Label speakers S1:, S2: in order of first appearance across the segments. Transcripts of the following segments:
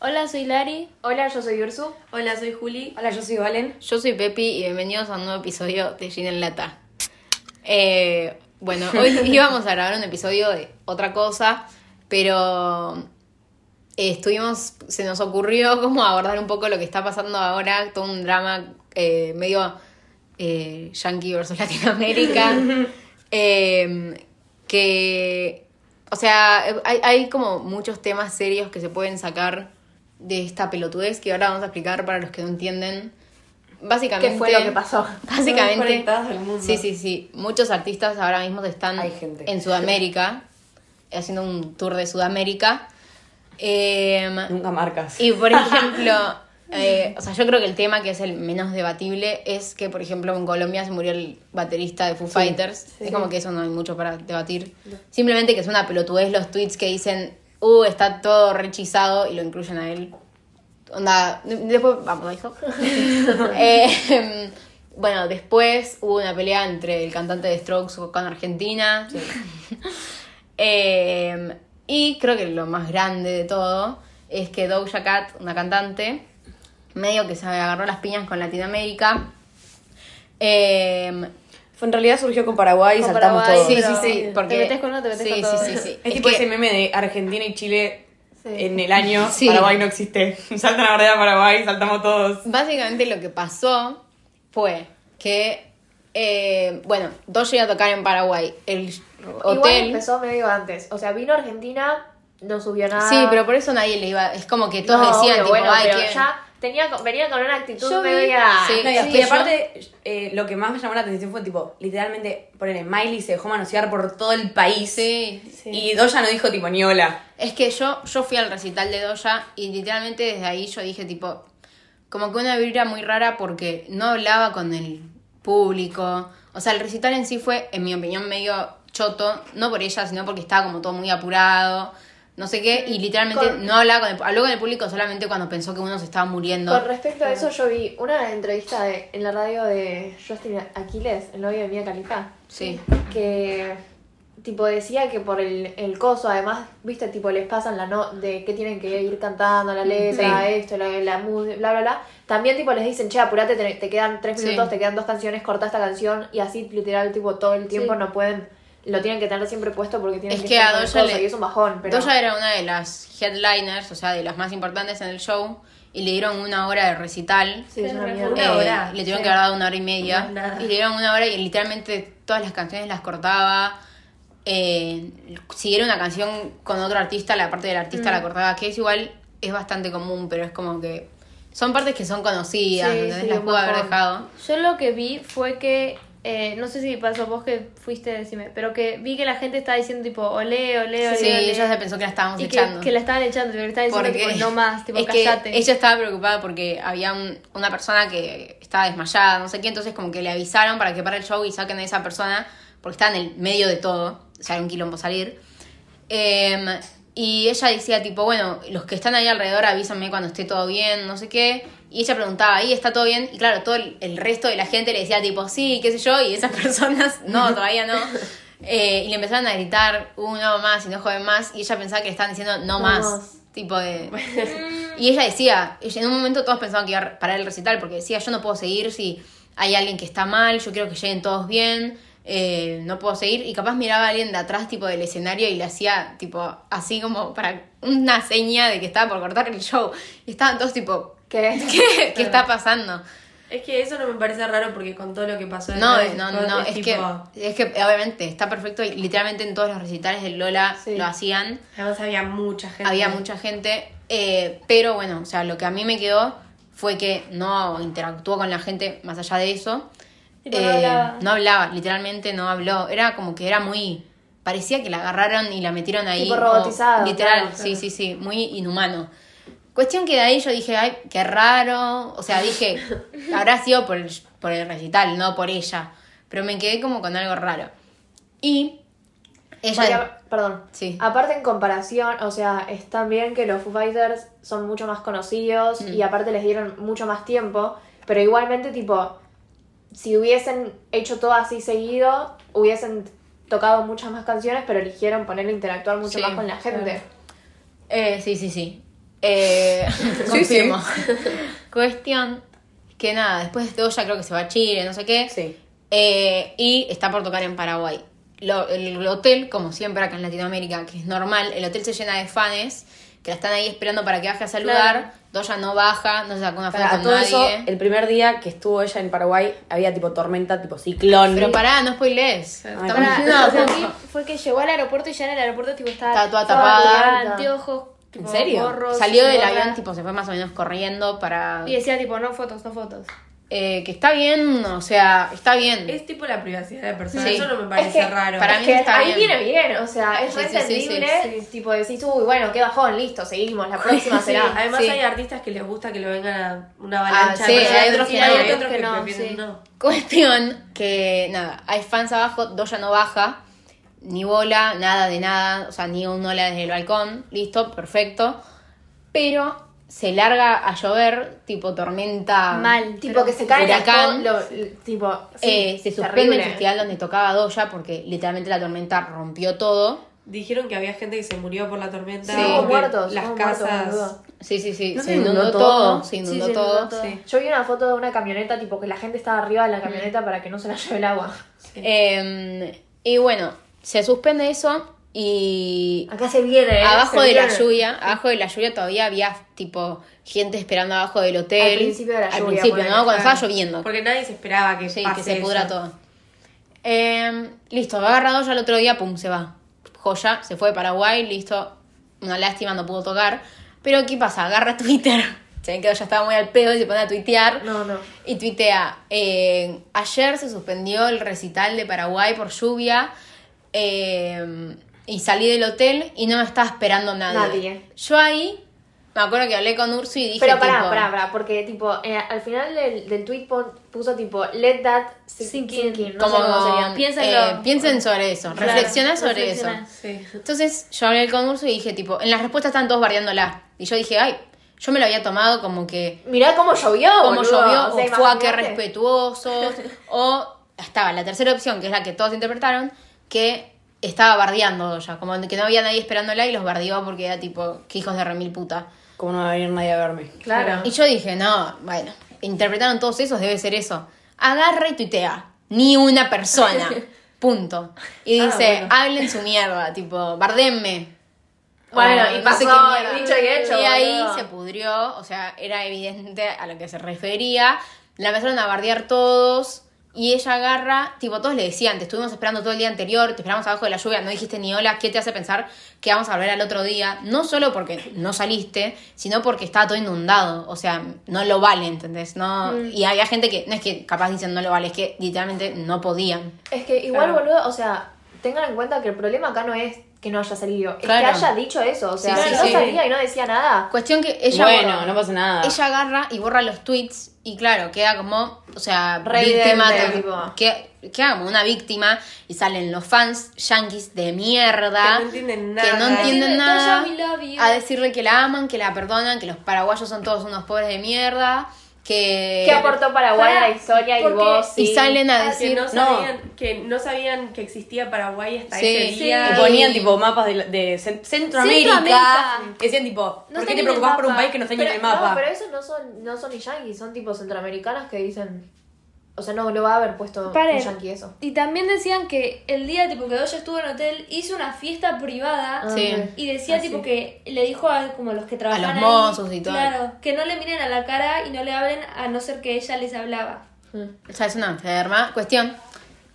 S1: Hola, soy Lari.
S2: Hola, yo soy Ursu.
S3: Hola, soy Juli.
S2: Hola, yo soy Valen.
S4: Yo soy Pepi y bienvenidos a un nuevo episodio de Gin en Lata. Eh, bueno, hoy íbamos a grabar un episodio de otra cosa, pero eh, estuvimos, se nos ocurrió como abordar un poco lo que está pasando ahora, todo un drama eh, medio eh, yankee versus Latinoamérica, eh, que, o sea, hay, hay como muchos temas serios que se pueden sacar de esta pelotudez que ahora vamos a explicar para los que no entienden. Básicamente,
S2: ¿Qué fue lo que pasó?
S3: Estamos
S4: Básicamente,
S3: conectadas al mundo.
S4: sí, sí, sí. Muchos artistas ahora mismo están
S2: Hay gente.
S4: en Sudamérica, haciendo un tour de Sudamérica. Em,
S3: Nunca marcas.
S4: y por ejemplo, eh, o sea, yo creo que el tema que es el menos debatible es que, por ejemplo, en Colombia se murió el baterista de Foo Fighters. Es como que eso no hay mucho para debatir. Simplemente que es una pelotudez los tweets que dicen, uh, está todo rechizado y lo incluyen a él. Onda, después, vamos, hijo. Eh, bueno, después hubo una pelea entre el cantante de Strokes con Argentina. Eh, y creo que lo más grande de todo es que Doja Cat, una cantante, medio que se agarró las piñas con Latinoamérica. Eh,
S3: Fue- En realidad surgió con Paraguay y
S1: Con
S3: saltamos
S1: Paraguay,
S3: todos.
S4: sí, sí,
S1: pero
S4: sí.
S1: te
S4: Porque,
S1: metes con uno, te metes
S4: sí,
S1: con todo.
S4: Sí, sí, sí.
S3: Es
S4: Es
S3: tipo
S4: que-
S3: ese meme de Argentina y Chile
S1: Sí.
S3: en el año.
S4: Sí.
S3: Paraguay no existe. Saltan la verdad a Paraguay, saltamos todos.
S4: Básicamente lo que pasó fue que, eh, bueno, Doja iba a tocar en Paraguay. El
S1: Igual
S4: hotel...
S1: empezó medio antes. O sea, vino a Argentina, no subió nada.
S4: Sí, pero por eso nadie le iba... Es como que todos
S1: No,
S4: decían,
S1: obvio,
S4: tipo,
S1: bueno,
S4: ay,
S1: pero
S4: que...
S1: ya tenía, co- venía con una actitud
S2: Yo vi-
S1: media...
S4: Sí.
S3: No, y,
S4: es
S3: y
S4: que yo-
S3: aparte, eh, lo que más me llamó la atención fue tipo, literalmente, ponele, Miley se dejó manosear por todo el país.
S4: Sí,
S3: Y Doya no dijo tipo ni hola.
S4: Es que yo, yo fui al recital de Doya y literalmente desde ahí yo dije tipo, como que una vibra muy rara porque no hablaba con el público. O sea, el recital en sí fue, en mi opinión, medio choto, no por ella, sino porque estaba como todo muy apurado, no sé qué, y literalmente
S1: Con-
S4: no hablaba con el habló con el público solamente cuando pensó que uno se estaba muriendo.
S1: Con respecto a eso, yo vi una entrevista de- en la radio de Justin Aquiles, el novio de Mia Khalifa,
S4: Sí.
S1: que tipo decía que por el, el coso, además, viste, tipo les pasan la no de que tienen que ir cantando la letra,
S4: Sí.
S1: esto, la, la música, bla, bla, bla. También tipo les dicen, che, apurate, te, te quedan tres
S4: Sí.
S1: minutos, te quedan dos canciones, corta esta canción, y así literal, tipo, todo el tiempo no pueden, lo tienen que tener siempre puesto porque tienen
S4: Es
S1: que,
S4: que
S1: estar
S4: a
S1: con el
S4: Doja
S1: coso,
S4: le-
S1: y es un bajón, pero...
S4: Doja era una de las headliners, o sea, de las más importantes en el show, y le dieron una hora de recital.
S1: Sí, es una
S3: Una
S1: mierda.
S4: Eh,
S3: hora,
S4: Le tuvieron
S3: sí.
S4: que haber dado una hora y media.
S3: Más nada.
S4: Y le dieron una hora y literalmente todas las canciones las cortaba. Eh, si era una canción con otro artista, la parte del artista
S5: Mm.
S4: la cortaba, que es igual, es bastante común, pero es como que. Son partes que son conocidas,
S1: Sí,
S4: ¿entendés?
S1: sí,
S4: las
S1: un
S4: pudo haber
S1: montón.
S4: dejado.
S5: Yo lo que vi fue que, eh, no sé si pasó vos que fuiste, decime, pero que vi que la gente estaba diciendo tipo, olé, olé, olé.
S4: Sí,
S5: olé.
S4: ella se pensó que la estábamos
S5: y
S4: echando.
S5: Que, que la estaban echando, que le estaban diciendo
S4: Porque-
S5: tipo, no más, tipo,
S4: es que
S5: callate.
S4: ella estaba preocupada porque había un- una persona que estaba desmayada, no sé qué, entonces como que le avisaron para que para el show y saquen a esa persona, porque está en el medio de todo, o sea, era un quilombo salir. Em, y ella decía tipo, bueno, los que están ahí alrededor avísame cuando esté todo bien, no sé qué. Y ella preguntaba, ¿ahí está todo bien? Y claro, todo el, el resto de la gente le decía tipo, sí, qué sé yo, y esas personas, no, todavía no. Eh, y le empezaron a gritar, uno más, y no joven más, y ella pensaba que le estaban diciendo, no
S1: más.
S4: más. Tipo de... Y ella decía, ella- en un momento todos pensaban que iba a parar el recital porque decía, yo no puedo seguir si hay alguien que está mal, yo quiero que lleguen todos bien, eh, no puedo seguir. Y capaz miraba a alguien de atrás, tipo del escenario, y le hacía, tipo, así como para una seña de que estaba por cortar el show. Y estaban todos tipo,
S1: ¿Qué?
S4: ¿qué, ¿Qué está pasando?
S3: Es que eso no me parece raro porque con todo lo que pasó
S4: No, eh, no, no, no, es que, es que obviamente está perfecto y literalmente en todos los recitales del Lola
S1: Sí.
S4: lo hacían.
S3: Además había mucha gente.
S4: Había mucha gente, eh, pero bueno, o sea, lo que a mí me quedó fue que no interactuó con la gente más allá de eso.
S1: pues
S5: Tipo, no
S4: Eh,
S5: hablaba.
S4: no hablaba, literalmente no habló. Era como que era muy... Parecía que la agarraron y la metieron ahí.
S1: Tipo
S4: o-
S1: robotizado,
S4: Literal,
S1: claro,
S4: sí, sí, sí, muy inhumano. Cuestión que de ahí yo dije, ay, qué raro. O sea, dije, habrá sido por el, por el recital, no por ella. Pero me quedé como con algo raro. Y ella...
S1: Porque, a- perdón.
S4: Sí.
S1: Aparte en comparación, o sea, es también que los Foo Fighters son mucho más conocidos
S4: Mm.
S1: y aparte les dieron mucho más tiempo, pero igualmente tipo, si hubiesen hecho todo así seguido, hubiesen tocado muchas más canciones, pero eligieron ponerle a interactuar mucho
S4: Sí,
S1: más con la gente.
S4: Eh, sí, sí, sí. Eh,
S3: Sí, sí.
S4: confirmo. Cuestión que nada, después de Doja creo que se va a Chile, no sé qué.
S3: Sí.
S4: Eh, y está por tocar en Paraguay. Lo- el hotel, como siempre acá en Latinoamérica, que es normal, el hotel se llena de fans que la están ahí esperando para que baje a saludar. Doja no baja, no se sacó una foto
S3: Para,
S4: con
S3: a todo
S4: nadie.
S3: eso, el primer día que estuvo ella en Paraguay había tipo tormenta, tipo ciclón.
S4: Pero pará, no spoilees. Estamos
S3: pará.
S4: diciendo
S5: No,
S4: la
S5: o sea,
S4: foto.
S5: sí, fue que llegó al aeropuerto y ya en el aeropuerto tipo estaba
S4: Estaba toda
S1: tapada.
S5: anteojos, tipo,
S3: ¿En serio?
S5: gorros,
S4: Salió del
S5: gorra.
S4: avión, tipo, se fue más o menos corriendo para.
S5: y decía tipo no fotos, no fotos.
S4: Eh, que está bien, o sea, está bien.
S6: Es tipo la privacidad de la persona.
S4: Sí.
S6: Eso no me parece
S1: Es que
S6: raro.
S4: para
S1: Es
S4: mí
S1: que
S4: está
S1: ahí
S4: bien.
S1: viene bien, o sea, es
S4: Sí, sí, sí,
S1: entendible.
S4: sí,
S1: Tipo, decís, uy, bueno, qué bajón, listo, seguimos, la próxima
S6: Sí,
S1: será.
S6: Además
S4: sí.
S6: hay artistas que les gusta que lo vengan a una avalancha.
S4: Ah, sí,
S6: de personas,
S4: hay otros
S6: y
S4: que
S6: hay
S4: no,
S6: otros
S5: otros
S6: que
S5: que no,
S6: prefieren
S5: sí.
S6: no.
S4: Cuestión que nada, hay fans abajo, Doya no baja, ni bola, nada de nada, o sea, ni un hola desde el balcón, listo, perfecto. Pero se larga a llover, tipo tormenta.
S5: Mal.
S1: Tipo,
S5: Pero-
S1: que se cae la
S4: Huracán.
S1: tipo,
S4: Eh,
S1: sí,
S4: se suspende
S1: terrible.
S4: el festival donde tocaba Doya porque literalmente la tormenta rompió todo.
S6: Dijeron que había gente que se murió por la tormenta.
S4: Sí.
S6: porque
S1: Hubo muertos,
S6: Las
S1: hubo muertos,
S6: casas.
S1: boludo.
S4: Sí, sí, sí.
S3: No
S4: se
S3: se
S4: inundó,
S3: inundó
S4: todo.
S3: todo.
S4: Se
S5: Sí,
S4: inundó
S5: se inundó
S4: todo.
S5: todo.
S6: Sí.
S1: Yo vi una foto de una camioneta, tipo, que la gente estaba arriba de la camioneta para que no se la lleve el agua.
S4: Eh, y bueno, se suspende eso y
S1: Acá se viene, ¿eh?
S4: abajo
S1: Se
S4: de la
S1: viene.
S4: lluvia, abajo de la lluvia todavía había tipo gente esperando abajo del hotel.
S1: Al principio de la
S4: Al
S1: lluvia,
S4: principio,
S1: ponele,
S4: ¿no? Cuando
S1: claro.
S4: estaba lloviendo.
S6: Porque nadie se esperaba que
S4: Sí,
S6: pase
S4: que se pudra
S6: eso.
S4: todo. Eh, listo, agarrado ya el otro día, pum, se va. Joya, se fue de Paraguay, listo. Una lástima, no pudo tocar. Pero ¿qué pasa? Agarra Twitter. Se ven que ya estaba muy al pedo y se pone a tuitear.
S1: No, no.
S4: Y tuitea, eh, ayer se suspendió el recital de Paraguay por lluvia eh, y salí del hotel y no me estaba esperando nadie.
S1: Nadie.
S4: Yo ahí me acuerdo que hablé con Ursu y dije,
S1: Pero pará,
S4: tipo,
S1: pará, pará, porque tipo, eh, al final del, del tweet pon- puso tipo, let that sink,
S5: Sink
S1: sink
S5: in.
S1: in, no
S4: como,
S1: sé cómo sería.
S5: Piénsenlo.
S4: eh, piensen sobre eso,
S5: Claro,
S4: reflexioná sobre
S5: reflexioná.
S4: eso.
S6: Sí.
S4: Entonces yo hablé con Ursu y dije, tipo, en las respuestas están todos bardeándola. Y yo dije, ay, yo me lo había tomado como que
S1: Mirá cómo llovió,
S4: como
S1: boludo.
S4: llovió,
S1: o
S4: o,
S1: sea,
S4: fue a
S1: imagínate.
S4: qué respetuosos, o estaba la tercera opción, que es la que todos interpretaron, que estaba bardeando ya, como que no había nadie esperándola y los bardeó porque era tipo, qué hijos de remil puta.
S3: Como no va a venir nadie a verme.
S1: Claro.
S4: Y yo dije, no, bueno, interpretaron todos esos, debe ser eso. Agarra y tuitea, ni una persona, punto.
S1: Ah,
S4: Y dice, hablen su mierda, tipo, bardenme.
S1: Bueno,
S4: O
S1: y
S4: Ah, no sé
S1: pasó,
S4: qué mierda.
S1: y dicho y hecho,
S4: Y ahí
S1: boludo.
S4: se pudrió, o sea, era evidente a lo que se refería. La empezaron a bardear todos. Y ella agarra, tipo, todos le decían, te estuvimos esperando todo el día anterior, te esperamos abajo de la lluvia, no dijiste ni hola, ¿qué te hace pensar que vamos a volver al otro día? No solo porque no saliste, sino porque estaba todo inundado, o sea, no lo vale, ¿entendés? No,
S1: Mm.
S4: Y había gente que, no es que capaz dicen no lo vale, es que literalmente no podían.
S1: Es que igual, boludo, o sea, tengan en cuenta que el problema acá no es que no haya salido, es
S4: Claro.
S1: que haya dicho eso. O sea,
S4: Sí,
S1: si
S4: sí,
S1: no
S4: sí.
S1: salía y no decía nada.
S4: Cuestión que ella...
S3: bueno, no pasa nada.
S4: Ella agarra y borra los tweets y claro, queda como, o sea,
S1: Re
S4: víctima,
S1: evidente,
S4: que-
S1: tipo.
S4: que, queda como una víctima y salen los fans yankees de mierda
S6: Que no entienden
S4: Ah, que no
S6: nada.
S4: entienden
S5: Decirle,
S4: nada,
S5: "Toya, we love you".
S4: a decirle que la aman, que la perdonan, que los paraguayos son todos unos pobres de mierda, que
S1: ¿Qué aportó Paraguay a la historia y
S6: porque-
S1: vos?
S4: Eh, y
S1: sí?
S4: salen a
S6: Que
S4: decir
S6: no, sabían, que no sabían que existía Paraguay hasta
S4: Sí.
S6: ese
S4: Sí.
S6: día.
S3: Y ponían tipo mapas de, la- de cen- Centroamérica.
S5: Centroamérica.
S3: Que Decían tipo,
S5: No
S3: ¿por
S5: está ni
S3: qué te
S5: en
S3: preocupás
S5: el
S3: por un
S5: mapa.
S3: país que no está ni en
S1: Pero,
S3: el
S1: No,
S3: mapa?
S1: pero esos no son, no son ni yanquis, son tipo centroamericanas que dicen. O sea, no lo va a haber puesto
S5: Paren.
S1: un yanqui eso.
S5: Y también decían que el día tipo que Doja estuvo en el hotel hizo una fiesta privada
S1: Ah,
S4: Ah, Sí.
S5: y decía tipo que le dijo a como los que trabajan
S4: los mozos
S5: ahí,
S4: y todo.
S5: claro, que no le miren a la cara y no le hablen a no ser que ella les hablaba.
S4: O sea, es una enferma. Cuestión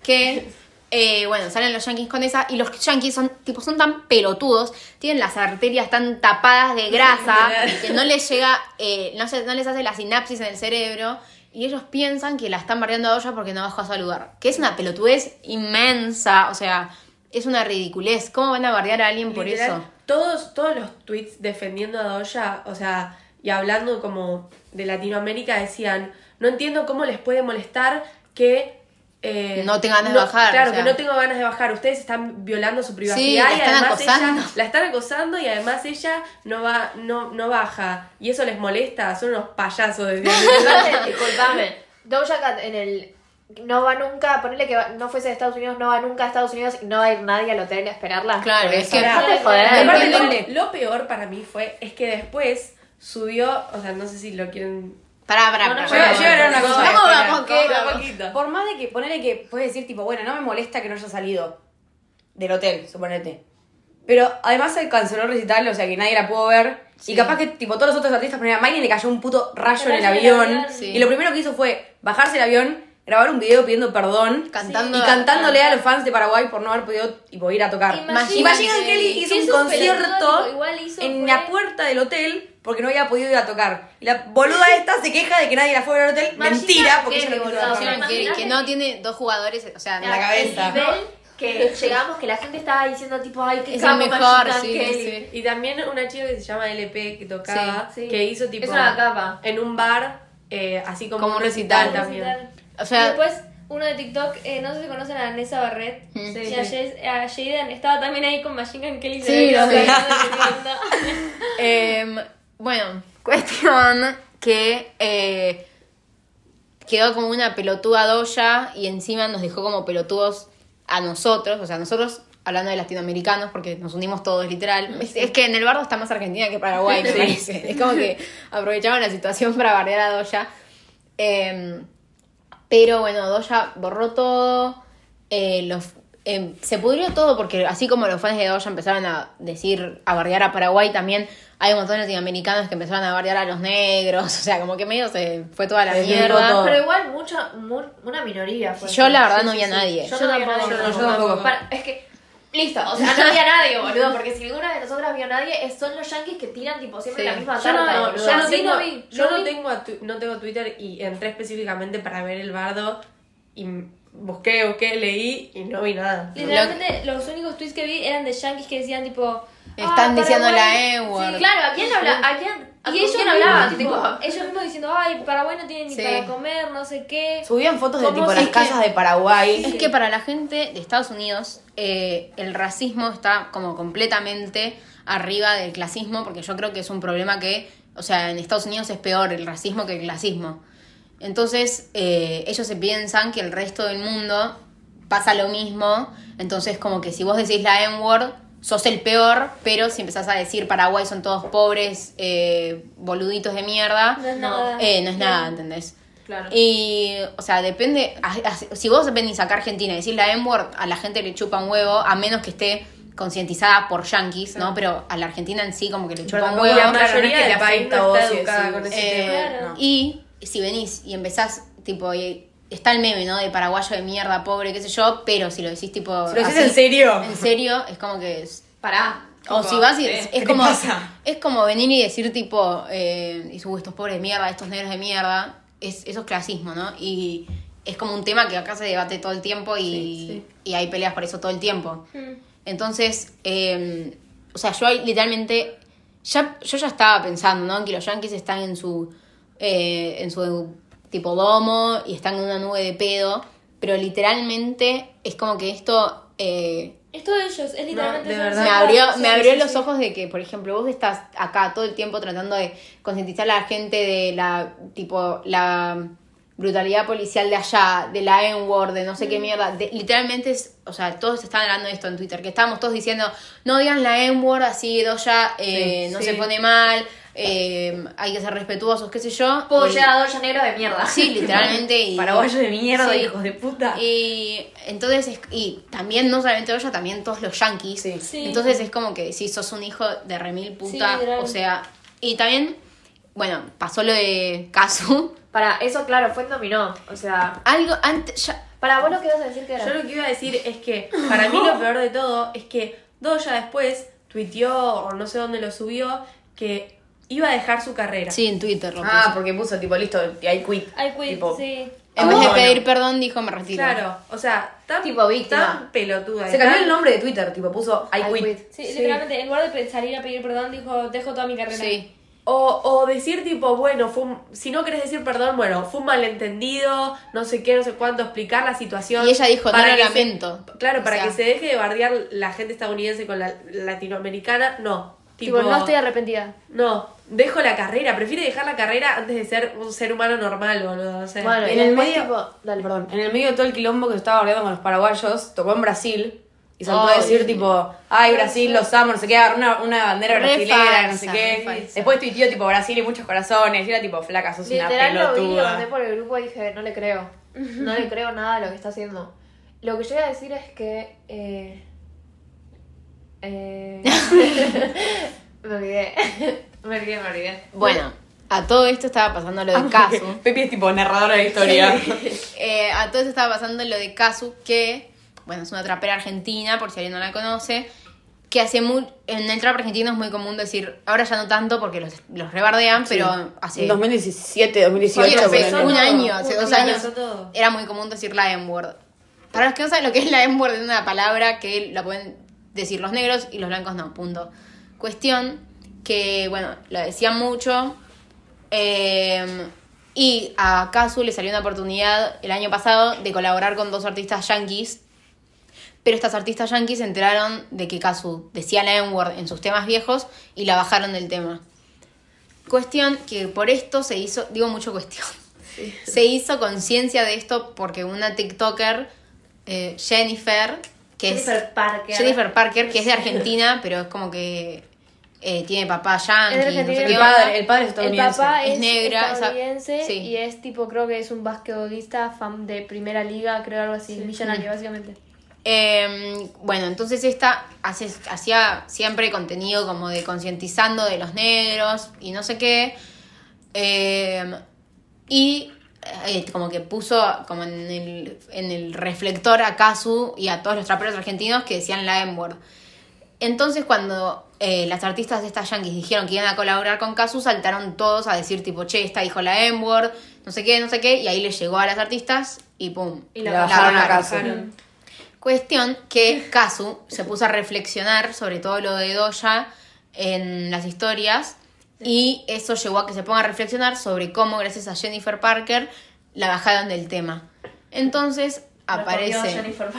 S4: que, eh, bueno, salen los yankees con esa y los yankees son, tipo, son tan pelotudos, tienen las arterias tan tapadas de grasa que no les llega, eh, no, se- no les hace la sinapsis en el cerebro y ellos piensan que la están barriendo a olla porque no bajó a saludar. Que es una pelotudez inmensa, o sea, es una ridiculez. ¿Cómo van a bardear a alguien por
S6: Literal,
S4: eso?
S6: Todos, todos los tweets defendiendo a Doya, o sea, y hablando como de Latinoamérica, decían, no entiendo cómo les puede molestar que... eh,
S4: No tengan ganas de bajar,
S6: Claro,
S4: o sea.
S6: que no tengo ganas de bajar. Ustedes están violando su privacidad
S4: Sí, la
S6: y
S4: están
S6: además
S4: acosando.
S6: ella la están acosando y además ella no va, no, no baja. Y eso les molesta, son unos payasos de
S1: Aparte, Disculpame. Doja Cat en el no va nunca, ponele que va- no fuese de Estados Unidos, no va nunca a Estados Unidos y no va a ir nadie al hotel a esperarla.
S4: Claro,
S1: Por
S4: es
S1: eso.
S4: que-
S1: Dejate de
S6: Y
S1: joder.
S6: aparte,
S3: Entiéndole.
S6: lo, lo peor para mí fue, es que después subió, o sea, no sé si lo quieren...
S4: Pará, pará,
S5: No, no,
S4: pará.
S5: yo-
S4: pará.
S5: yo era
S3: una cosa
S4: Vamos,
S6: espera,
S4: vamos,
S6: vamos
S4: que-
S6: de a poquito.
S3: Por más de que ponele que puedes decir, tipo, bueno, no me molesta que no haya salido del hotel, suponete. Pero además se canceló el recital, o sea que nadie la pudo ver. Y capaz que tipo todos los otros artistas, ponían a Miley le cayó un puto rayo en el
S5: rayo en el
S3: avión.
S5: avión, sí.
S3: Y lo primero que hizo fue bajarse el avión, grabar un video pidiendo perdón.
S4: Cantando-
S3: Y cantándole a los fans de Paraguay por no haber podido tipo, ir a tocar.
S5: Imagínate.
S3: Imagínate que Kelly hizo
S5: Que
S3: un
S5: es un pelotudo,
S3: concierto
S5: tipo, igual hizo,
S3: en
S5: fue-
S3: la puerta del hotel porque no había podido ir a tocar. Y la boluda esta se queja de que nadie la fue a ver al hotel.
S5: Imagínate
S3: Mentira, porque
S5: que,
S3: ella no quiso
S5: boludo,
S3: ir a tocar.
S4: Que, que no tiene dos jugadores, o sea, en la
S3: cabeza.
S1: El nivel que llegamos, que la gente estaba diciendo, tipo, ay, qué
S4: Es
S1: capo,
S4: el mejor,
S1: Machine Gun
S4: sí,
S1: Kelly.
S4: sí.
S6: Y también una chica que se llama LP que tocaba,
S1: Sí, sí.
S6: que hizo tipo
S1: Es una capa.
S6: en un bar, eh, así como,
S4: Como
S6: un
S4: un
S6: recital,
S4: recital.
S6: también.
S4: O sea-
S5: Y después uno de TikTok, eh, no sé si conocen a Nessa Barret,
S4: Mm.
S5: y a, Jess- a Jaden, estaba también ahí con Machine Gun Kelly.
S4: Sí,
S5: se ve
S4: lo
S5: que
S4: vi.
S5: tocando, tocando.
S4: Em, bueno, cuestión que eh, quedó como una pelotuda doya y encima nos dejó como pelotudos a nosotros, o sea, nosotros hablando de latinoamericanos porque nos unimos todos literal. Es, es que en el bardo está más Argentina que Paraguay, me parece. Es como que aprovechaban la situación para bardear a doya. Em, pero bueno, Doya borró todo. eh, los, em, se pudrió todo porque así como los fans de Doya empezaron a decir, a bardear a Paraguay, también hay un montón de latinoamericanos que empezaron a bardear a los negros. O sea, como que medio se fue toda la
S3: Se desvirtuó
S4: mierda.
S3: todo.
S1: Pero igual, mucho, mu- una minoría fue.
S4: Yo la verdad no vi a nadie.
S1: Yo, no vi a nadie.
S3: yo tampoco. tampoco.
S1: Para- es que, listo, o sea, no vi a nadie, boludo, porque si ninguna de nosotras vio a nadie, es- son los yankees que tiran, tipo, siempre
S4: Sí.
S1: la misma
S6: Yo no,
S1: tarta, boludo.
S6: yo no
S1: Así
S6: tengo,
S1: no vi,
S6: yo no
S1: vi.
S6: tengo, a tu- no tengo Twitter y entré específicamente para ver el bardo y m- busqué, busqué, leí y no vi nada.
S5: Literalmente, los únicos tweets que vi eran de yankees que decían, tipo.
S4: Están
S5: "Ah,
S4: diciendo
S5: Paraguay".
S4: la E-word.
S5: Sí, claro.
S1: Claro, ¿a quién habla? ¿A quién? ¿A
S5: Y
S1: con
S5: ellos
S1: quién
S5: mismos,
S1: hablaban?
S5: tipo,
S1: Tipo,
S5: ellos mismos diciendo, ay, Paraguay no tiene ni
S4: Sí.
S5: para comer, no sé qué.
S3: Subían fotos de
S5: ¿Cómo
S3: tipo
S5: se-
S3: las
S5: es que-
S3: casas de Paraguay.
S4: Es que para la gente de Estados Unidos eh, el racismo está como completamente arriba del clasismo porque yo creo que es un problema que, o sea, en Estados Unidos es peor el racismo que el clasismo. Entonces eh, ellos se piensan que el resto del mundo pasa lo mismo, entonces como que si vos decís la N-word sos el peor, pero si empezás a decir Paraguay son todos pobres, eh, boluditos de mierda,
S5: No es nada.
S4: eh, no es nada, ¿entendés? Y, o sea, depende. a- a- si vos venís acá a Argentina y decís la M-word, a la gente le chupa un huevo, a menos que esté concientizada por yanquis, ¿no? Pero a la Argentina en sí, como que le chupa un
S3: tampoco
S4: huevo.
S3: la
S6: La mayoría
S3: que
S6: del
S3: te
S6: país
S3: afecta
S6: no
S3: a vos
S6: está
S3: y
S6: educada
S3: decís,
S6: con ese
S4: Eh,
S5: tema, ¿no?
S4: Y si venís y empezás, tipo, y- está el meme, ¿no? De paraguayo de mierda, pobre, qué sé yo, pero si lo decís, tipo.
S3: Si lo decís
S4: así,
S3: en serio.
S4: En serio, es como que. es-
S1: pará.
S4: o si vas y
S3: eh,
S4: es,
S3: ¿qué te
S4: como
S3: pasa?
S4: es como venir y decir tipo eh, y su- estos pobres de mierda estos negros de mierda es eso es clasismo no y es como un tema que acá se debate todo el tiempo y, y hay peleas por eso todo el tiempo
S5: Mm.
S4: entonces eh, o sea yo ahí literalmente ya yo ya estaba pensando no en que los yankees están en su eh, en su tipo domo y están en una nube de pedo pero literalmente es como que esto eh,
S5: Esto de ellos, es literalmente.
S6: de
S5: eso.
S6: verdad.
S4: me abrió,
S5: Sí,
S4: me abrió
S5: sí,
S4: los
S5: sí.
S4: ojos de que, por ejemplo, vos estás acá todo el tiempo tratando de concientizar a la gente de la, tipo, la brutalidad policial de allá, de la N-word, de no sé qué mierda. De- literalmente, es, o sea, todos estaban hablando de esto en Twitter, que estábamos todos diciendo, no digan la N-word así, Doya, eh, no se pone mal, eh, hay que ser respetuosos, qué sé yo.
S1: Polla, doya negro de mierda.
S4: Y- Sí, literalmente. y-
S3: Paraguayo de mierda,
S4: Sí.
S3: hijos de puta.
S4: y entonces, es- y también no solamente ella, también todos los yankees.
S3: Sí.
S5: Sí.
S4: Entonces es como que si sos un hijo de remil puta,
S5: Sí, literal.
S4: o sea, y también, bueno, pasó lo de Kazu.
S1: Para, eso claro, fue en dominó. O sea,
S4: Algo antes, ya,
S1: para vos lo que ibas a decir que era.
S6: Yo lo que iba a decir es que para mí lo peor de todo es que Doya después tuiteó o no sé dónde lo subió que iba a dejar su carrera.
S4: pues sí, en Twitter lo puso.
S3: Ah, porque puso tipo listo, y ahí quit.
S5: Ay, quit,
S3: Tipo,
S5: sí.
S4: en vez de
S3: abandono.
S4: pedir perdón, dijo me retiro.
S6: Claro, o sea, tan,
S1: Tipo víctima.
S6: tan pelotuda. y
S3: Se cambió
S6: tan-
S3: el nombre de Twitter, tipo puso I,
S1: Ay,
S3: quit.
S1: quit.
S5: Sí, literalmente, en lugar de pe- salir a pedir perdón, dijo, dejo toda mi carrera.
S4: Sí.
S6: O, o decir tipo, bueno, fue un- si no querés decir perdón, bueno, fue un malentendido, no sé qué, no sé cuánto, explicar la situación.
S4: Y ella dijo,
S6: Para
S4: no lo
S6: que se-
S4: lamento.
S6: claro,
S4: O
S6: para
S4: sea.
S6: que se deje de bardear la gente estadounidense con la latinoamericana, no.
S5: Tipo,
S6: Tipo,
S5: no estoy arrepentida.
S6: No, dejo la carrera. Prefiere dejar la carrera antes de ser un ser humano normal, boludo. No sé.
S1: Bueno,
S3: En
S1: y
S3: el
S1: después,
S3: medio-
S1: tipo, dale, perdón.
S3: En el medio de todo el quilombo que se estaba bardeando con los paraguayos, tocó en Brasil. Y saltó a
S4: Ay.
S3: decir, tipo, ay, Brasil, los amo, no sé qué, agarró una, una bandera
S4: Re
S3: brasilera, no
S4: falsa,
S3: sé
S4: re
S3: qué.
S4: falsa.
S3: Después tuiteó, tipo, Brasil y muchos corazones. Y era, tipo, flaca, sos una
S1: Literal lo vi, lo mandé
S3: pelotuda.
S1: por el grupo y dije, no le creo. No le creo nada de lo que está haciendo. Lo que yo iba a decir es que. Eh, eh, me olvidé. Me olvidé, me olvidé.
S4: Bueno, a todo esto estaba pasando
S3: Ah,
S4: lo de Casu.
S3: Pepi es, tipo, narradora de historia.
S4: Eh, a todo esto estaba pasando lo de Kazu, que, bueno, es una trapera argentina, por si alguien no la conoce, que hace muy, en el trap argentino es muy común decir, ahora ya no tanto porque los, los rebardean, pero hace...
S3: 2017,
S4: Sí,
S3: 2018.
S4: hace
S3: ponele.
S4: un año, hace
S6: Uy,
S4: dos
S6: claro,
S4: años,
S6: pasó todo.
S4: era muy común decir la M-word. Para los que no saben lo que es la M-word, es una palabra que la pueden decir los negros y los blancos no, punto. Cuestión que, bueno, lo decían mucho, eh, y a Kazu le salió una oportunidad el año pasado de colaborar con dos artistas yankees. Pero estas artistas yankees se enteraron de que Kazu decía la N-word en sus temas viejos y la bajaron del tema. Cuestión que por esto se hizo, digo mucho cuestión, se hizo conciencia de esto porque una TikToker, eh, Jennifer, que es
S5: Jennifer Parker.
S4: Jennifer Parker, que es de Argentina, pero es como que eh, tiene papá yankee,
S5: Es de
S4: no sé
S5: Argentina.
S4: qué
S3: El
S4: onda.
S3: padre, el padre es
S5: El
S3: estadounidense.
S5: papá
S4: Es
S5: es,
S4: negra, esa-
S5: estadounidense
S4: sí.
S5: y es tipo, creo que es un basquetbolista fan de primera liga, creo algo así, millonario básicamente.
S4: Eh, bueno, entonces esta hace- hacía siempre contenido como de concientizando de los negros y no sé qué. Eh, y eh, como que puso como en el, en el reflector a Kazu y a todos los traperos argentinos que decían la M-word. Entonces cuando eh, las artistas de estas yankees dijeron que iban a colaborar con Kazu, saltaron todos a decir tipo, che, esta dijo la M-word, no sé qué, no sé qué, y ahí les llegó a las artistas y pum.
S3: Y la bajaron a Kazu.
S4: Cuestión que Kazu se puso a reflexionar sobre todo lo de Doya en las historias y eso llevó a que se ponga a reflexionar sobre cómo gracias a Jennifer Parker la bajaron del tema. Entonces aparece Jennifer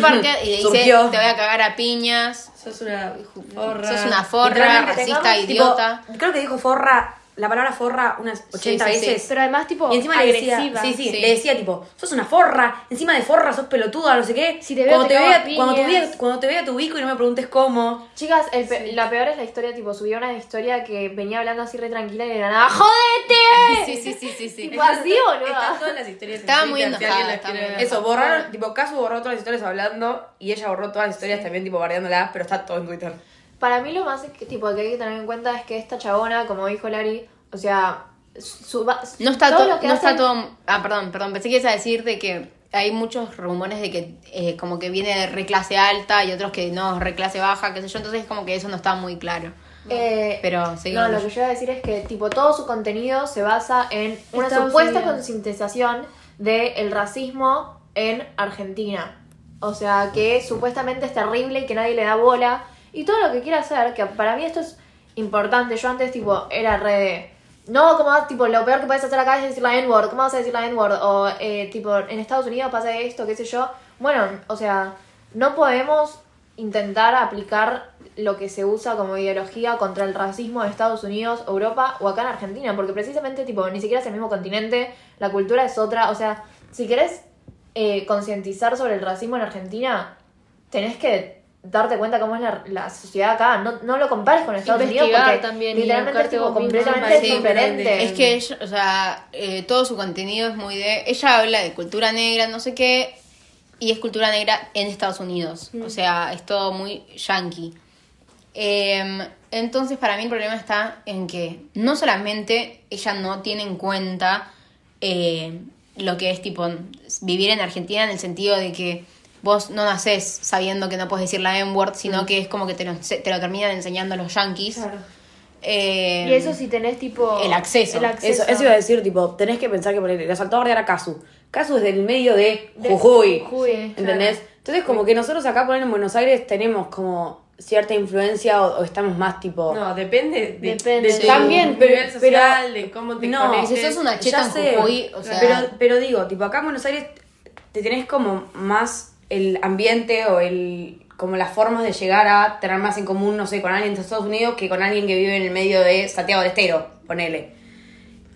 S4: Parker, y le dice,
S3: Surgió.
S4: te voy a cagar a piñas,
S6: Sos una forra.
S4: sos una forra,
S3: Literalmente
S4: racista,
S3: Tipo,
S4: idiota.
S3: creo que dijo forra, la palabra forra unas 80
S4: sí, sí.
S3: veces.
S5: Pero además, tipo,
S3: Y encima le decía,
S5: agresiva.
S3: sí, sí,
S4: Sí.
S3: le decía tipo, sos una forra, encima de forra sos pelotuda, no sé qué.
S5: Si te veo,
S3: cuando
S5: te cago
S3: vea,
S5: a
S3: cuando te
S5: piñas.
S3: vea, cuando te vea tu bico y no me preguntes cómo.
S1: Chicas, el pe- la peor es la historia, tipo, subió una historia que venía hablando así re tranquila y de la nada, ¡Jodete!
S4: Sí, sí, sí, sí, sí.
S1: Tipo así,
S6: Están
S1: boludo.
S6: todas las historias en
S4: Estaba muy
S6: Twitter, si
S4: enojada,
S6: alguien las
S4: estaba
S6: quiere
S4: muy
S6: ver.
S3: Eso, borraron, tipo, Casu borró todas las historias hablando y ella borró todas las historias también, tipo, bardeándolas, pero está todo en Twitter.
S1: Para mí lo más que, tipo, que hay que tener en cuenta es que esta chabona, como dijo Lari, o sea, su- su-
S4: No está
S1: todo
S4: todo,
S1: lo que
S4: no está
S1: hacen-
S4: todo. Ah, perdón, perdón. Pensé que ibas a decir de que hay muchos rumores de que eh, como que viene de reclase alta y otros que no, reclase baja, qué sé yo. Entonces como que eso no está muy claro.
S1: Eh,
S4: Pero seguimos.
S1: no, lo que yo iba a decir es que tipo todo su contenido se basa en una
S5: Estados
S1: supuesta
S5: Unidos.
S1: concientización del racismo en Argentina. O sea, que supuestamente es terrible y que nadie le da bola. Y todo lo que quiere hacer, que para mí esto es importante. Yo antes tipo era re de... No, como tipo, lo peor que puedes hacer acá es decir la N-word. ¿Cómo vas a decir la N-word? O eh, tipo, en Estados Unidos pasa esto, qué sé yo. Bueno, o sea, no podemos intentar aplicar lo que se usa como ideología contra el racismo de Estados Unidos, Europa o acá en Argentina, porque precisamente tipo ni siquiera es el mismo continente, la cultura es otra, o sea, si querés eh, concientizar sobre el racismo en Argentina, tenés que darte cuenta cómo es la, la sociedad acá, no, no lo compares con Estados Unidos
S5: Investigar
S1: porque
S5: también y
S1: literalmente es
S5: buscarte
S1: tipo,
S5: vos mismo,
S1: completamente
S5: me
S4: parece
S1: diferente.
S4: Es que ella, o sea, eh, todo su contenido es muy de. Ella habla de cultura negra, no sé qué, y es cultura negra en Estados Unidos.
S5: Mm.
S4: O sea, es todo muy yankee. Em, entonces, para mí el problema está en que no solamente ella no tiene en cuenta eh, lo que es tipo vivir en Argentina en el sentido de que vos no nacés sabiendo que no puedes decir la N-word,
S5: Mm.
S4: sino que es como que te lo, te lo terminan enseñando los yankees. Em,
S5: Y eso si tenés tipo...
S4: el acceso.
S5: El acceso.
S3: Eso, eso iba a decir, tipo, tenés que pensar que ponerle, le saltó a bardear a Casu. Casu es del medio de Jujuy.
S5: Jujuy,
S3: ¿Entendés? Entonces, como que nosotros acá poner en Buenos Aires tenemos como cierta influencia o, o estamos más tipo.
S6: No, depende. de-
S5: Depende.
S6: de tu
S3: También, pero-
S6: nivel social,
S3: pero-
S6: de cómo te
S3: no,
S6: conectes.
S4: si sos Pues una cheta
S3: Ya
S4: en
S3: sé,
S4: Jujuy, o sea,
S3: pero, pero digo, tipo, acá en Buenos Aires te tenés como más el ambiente o el como las formas de llegar a tener más en común, no sé, con alguien de Estados Unidos que con alguien que vive en el medio de Santiago del Estero, ponele.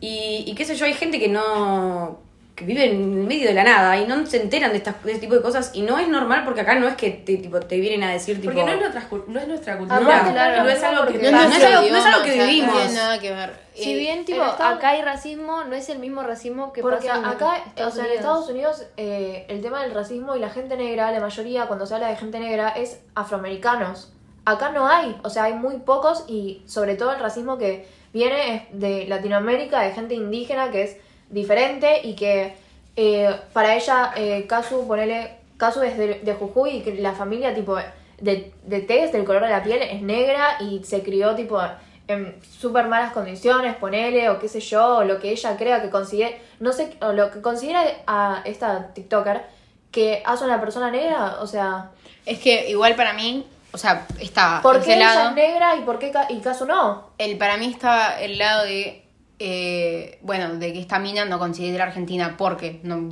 S3: Y, y qué sé yo, hay gente que no. que vive en el medio de la nada y no se enteran de, estas, de este tipo de cosas. Y no es normal porque acá no es que te, tipo, te vienen a decir, tipo.
S6: Porque no es, nuestra, cul- no es nuestra cultura.
S1: Aparte,
S5: claro,
S6: no es algo que
S1: porque-
S4: nuestro
S3: no es algo- no es
S4: idioma,
S3: algo que
S4: o sea, No
S3: vivimos.
S4: tiene nada que ver.
S5: Si
S4: Eh,
S5: bien, tipo,
S1: en Estados-
S5: acá hay racismo, no es el mismo racismo que
S1: Porque
S5: pasa en
S1: acá,
S5: Estados
S1: o sea, en
S5: Unidos.
S1: Estados Unidos, eh, el tema del racismo y la gente negra, la mayoría cuando se habla de gente negra es afroamericanos. Acá no hay, o sea, hay muy pocos y sobre todo el racismo que viene es de Latinoamérica, de gente indígena que es diferente y que eh, para ella, eh, Casu, ponele, Casu es de, de Jujuy y que la familia tipo de, de tez, del color de la piel, es negra y se crió tipo en súper malas condiciones, ponele, o qué sé yo, o lo que ella crea que considere, no sé, o lo que considera a esta TikToker que hace una persona negra, o sea,
S4: Es que igual para mí, o sea, estaba
S1: ¿por
S4: en
S1: qué
S4: ese
S1: ella
S4: lado.
S1: es negra y por qué Ca- y Casu no?
S4: el, para mí estaba el lado de, eh, bueno, de que esta mina no considera Argentina porque no,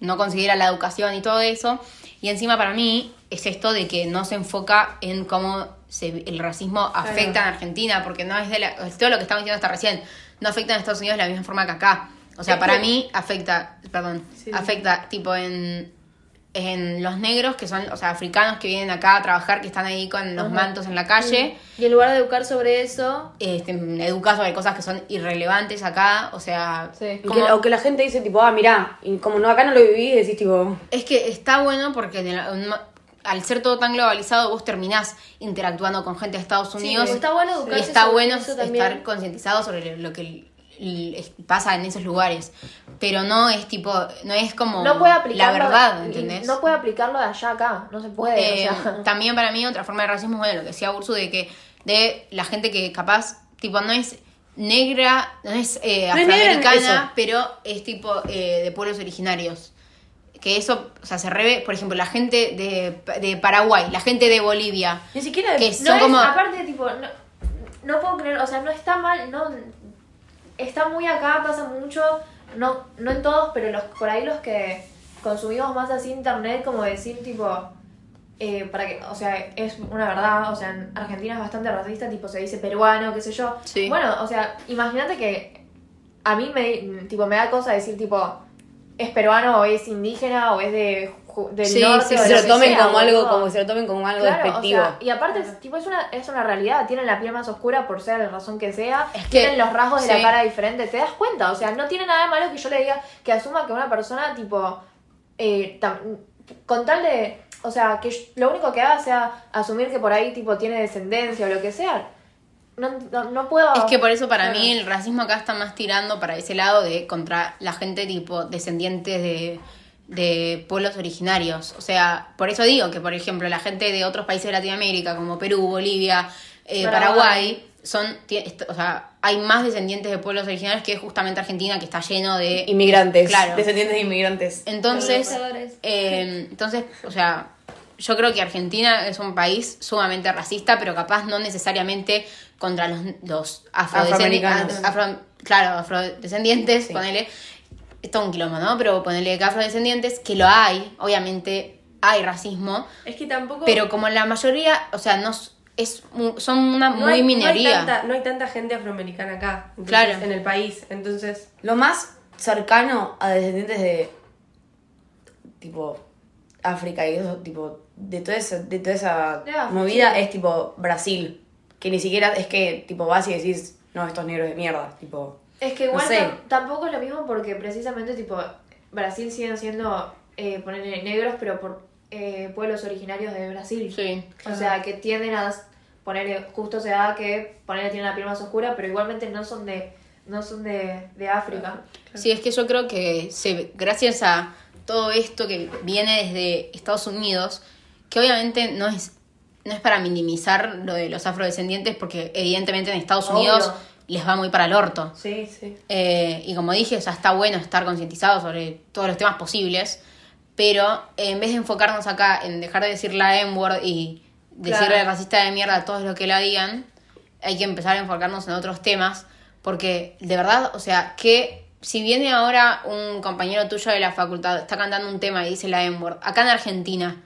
S4: no considera la educación y todo eso. Y encima para mí es esto de que no se enfoca en cómo se- el racismo afecta en Argentina, porque no es de la, es todo lo que estamos diciendo hasta recién, no afecta en Estados Unidos de la misma forma que acá. O sea,
S6: Es
S4: para
S6: que-
S4: mí afecta, perdón, afecta tipo en, en los negros que son, o sea, africanos que vienen acá a trabajar, que están ahí con los mantos en la calle.
S5: Y en lugar de educar sobre eso,
S4: este, educas sobre cosas que son irrelevantes acá, o sea,
S1: Sí.
S3: Y
S4: como-
S3: que, o que la gente dice, tipo, ah, mirá, y como no acá no lo vivís, decís, tipo.
S4: es que está bueno porque en el- en- al ser todo tan globalizado vos terminás interactuando con gente de Estados Unidos
S5: está bueno
S4: y
S5: educarse
S4: está
S5: sobre
S4: bueno
S5: eso
S4: estar
S5: también.
S4: concientizado sobre lo que l- l- pasa en esos lugares, pero no es tipo, no es como
S1: No puede
S4: la
S1: aplicarlo.
S4: verdad,
S1: y
S4: ¿entendés?
S1: No puede aplicarlo de allá a acá, no se puede.
S4: Eh,
S1: o sea.
S4: También para mí otra forma de racismo es bueno, lo que decía Ursu de que de la gente que capaz, tipo, no es negra, no es eh,
S3: No es negra,
S4: afroamericana,
S3: eso.
S4: pero es tipo eh, de pueblos originarios. Que eso, o sea, se reve, por ejemplo, la gente de, de Paraguay, la gente de Bolivia,
S3: Ni siquiera.
S4: que
S1: No
S4: son
S1: es,
S4: como...
S1: aparte, tipo, no, no puedo creer, o sea, no está mal, no está muy acá, pasa mucho, no, no en todos, pero los, por ahí los que consumimos más así internet, como decir, tipo, eh, para que, o sea, es una verdad, o sea, en Argentina es bastante racista, tipo, se dice peruano, qué sé yo.
S4: Sí.
S1: Bueno, o sea, imagínate que a mí me, tipo, me da cosa decir, tipo, es peruano o es indígena o es de, Ju- del
S4: Sí,
S1: norte.
S4: sí,
S3: Que
S1: o
S4: sí,
S3: se
S1: de
S3: lo
S1: que
S3: tomen
S1: sea,
S3: como algo,
S1: boludo.
S3: como que se lo tomen como algo
S1: Claro,
S3: despectivo.
S1: o sea, y aparte, es- tipo, es una, es una realidad. Tienen la piel más oscura por ser la razón que sea.
S4: Es que-
S1: tienen los rasgos de
S4: sí.
S1: la cara diferentes. ¿Te das cuenta? O sea, no tiene nada de malo que yo le diga que asuma que una persona, tipo, eh, tam- con tal de. O sea, que yo- lo único que haga sea asumir que por ahí, tipo, tiene descendencia o lo que sea. No, no, no puedo.
S4: Es que por eso para mí el racismo acá está más tirando para ese lado de contra la gente tipo descendientes de, de pueblos originarios. O sea, por eso digo que, por ejemplo, la gente de otros países de Latinoamérica, como Perú, Bolivia, eh, Paraguay,
S1: Paraguay.
S4: son, ti- est- o sea, hay más descendientes de pueblos originarios que justamente Argentina, que está lleno de...
S3: Inmigrantes.
S4: Claro.
S3: Descendientes de inmigrantes.
S4: Entonces,
S5: Colonizadores.
S4: eh, entonces, o sea, yo creo que Argentina es un país sumamente racista, pero capaz no necesariamente contra los, los afrodescendientes.
S3: Afroamericanos.
S4: claro, afrodescendientes, ponele. Es todo un quilombo, ¿no? Pero ponele que afrodescendientes, que lo hay, obviamente hay racismo,
S6: Es que tampoco.
S4: pero como la mayoría, o sea, no s- es mu- son una
S6: no
S4: muy
S6: hay- No hay,
S4: minoría.
S6: tanta, no hay tanta gente afroamericana acá. entonces,
S4: Claro.
S6: En el país. Entonces.
S3: Lo más cercano a descendientes de. tipo. África y eso, tipo. de toda esa, de toda esa
S1: De África,
S3: movida es tipo Brasil. Que ni siquiera es que tipo vas y decís, no, estos negros de mierda. Tipo.
S1: Es que igual
S3: No sé.
S1: tam- tampoco es lo mismo porque precisamente tipo Brasil siguen siendo eh, ponerle negros pero por eh, pueblos originarios de Brasil.
S4: Sí.
S1: O sea que tienden a ponerle justo se da que ponerle tiene la piel más oscura pero igualmente no son de no son de, de África.
S4: Sí, es que yo creo que se, gracias a todo esto que viene desde Estados Unidos, que obviamente no es, no es para minimizar lo de los afrodescendientes, porque evidentemente en Estados
S1: Obvio.
S4: Unidos les va muy para el orto.
S1: Sí, sí.
S4: Eh, y como dije, o sea, está bueno estar concientizado sobre todos los temas posibles, pero eh, en vez de enfocarnos acá en dejar de decir la M-word y decirle
S1: Claro.
S4: racista de mierda a todos los que la digan, hay que empezar a enfocarnos en otros temas, porque de verdad, o sea, que si viene ahora un compañero tuyo de la facultad, está cantando un tema y dice la M-word, acá en Argentina,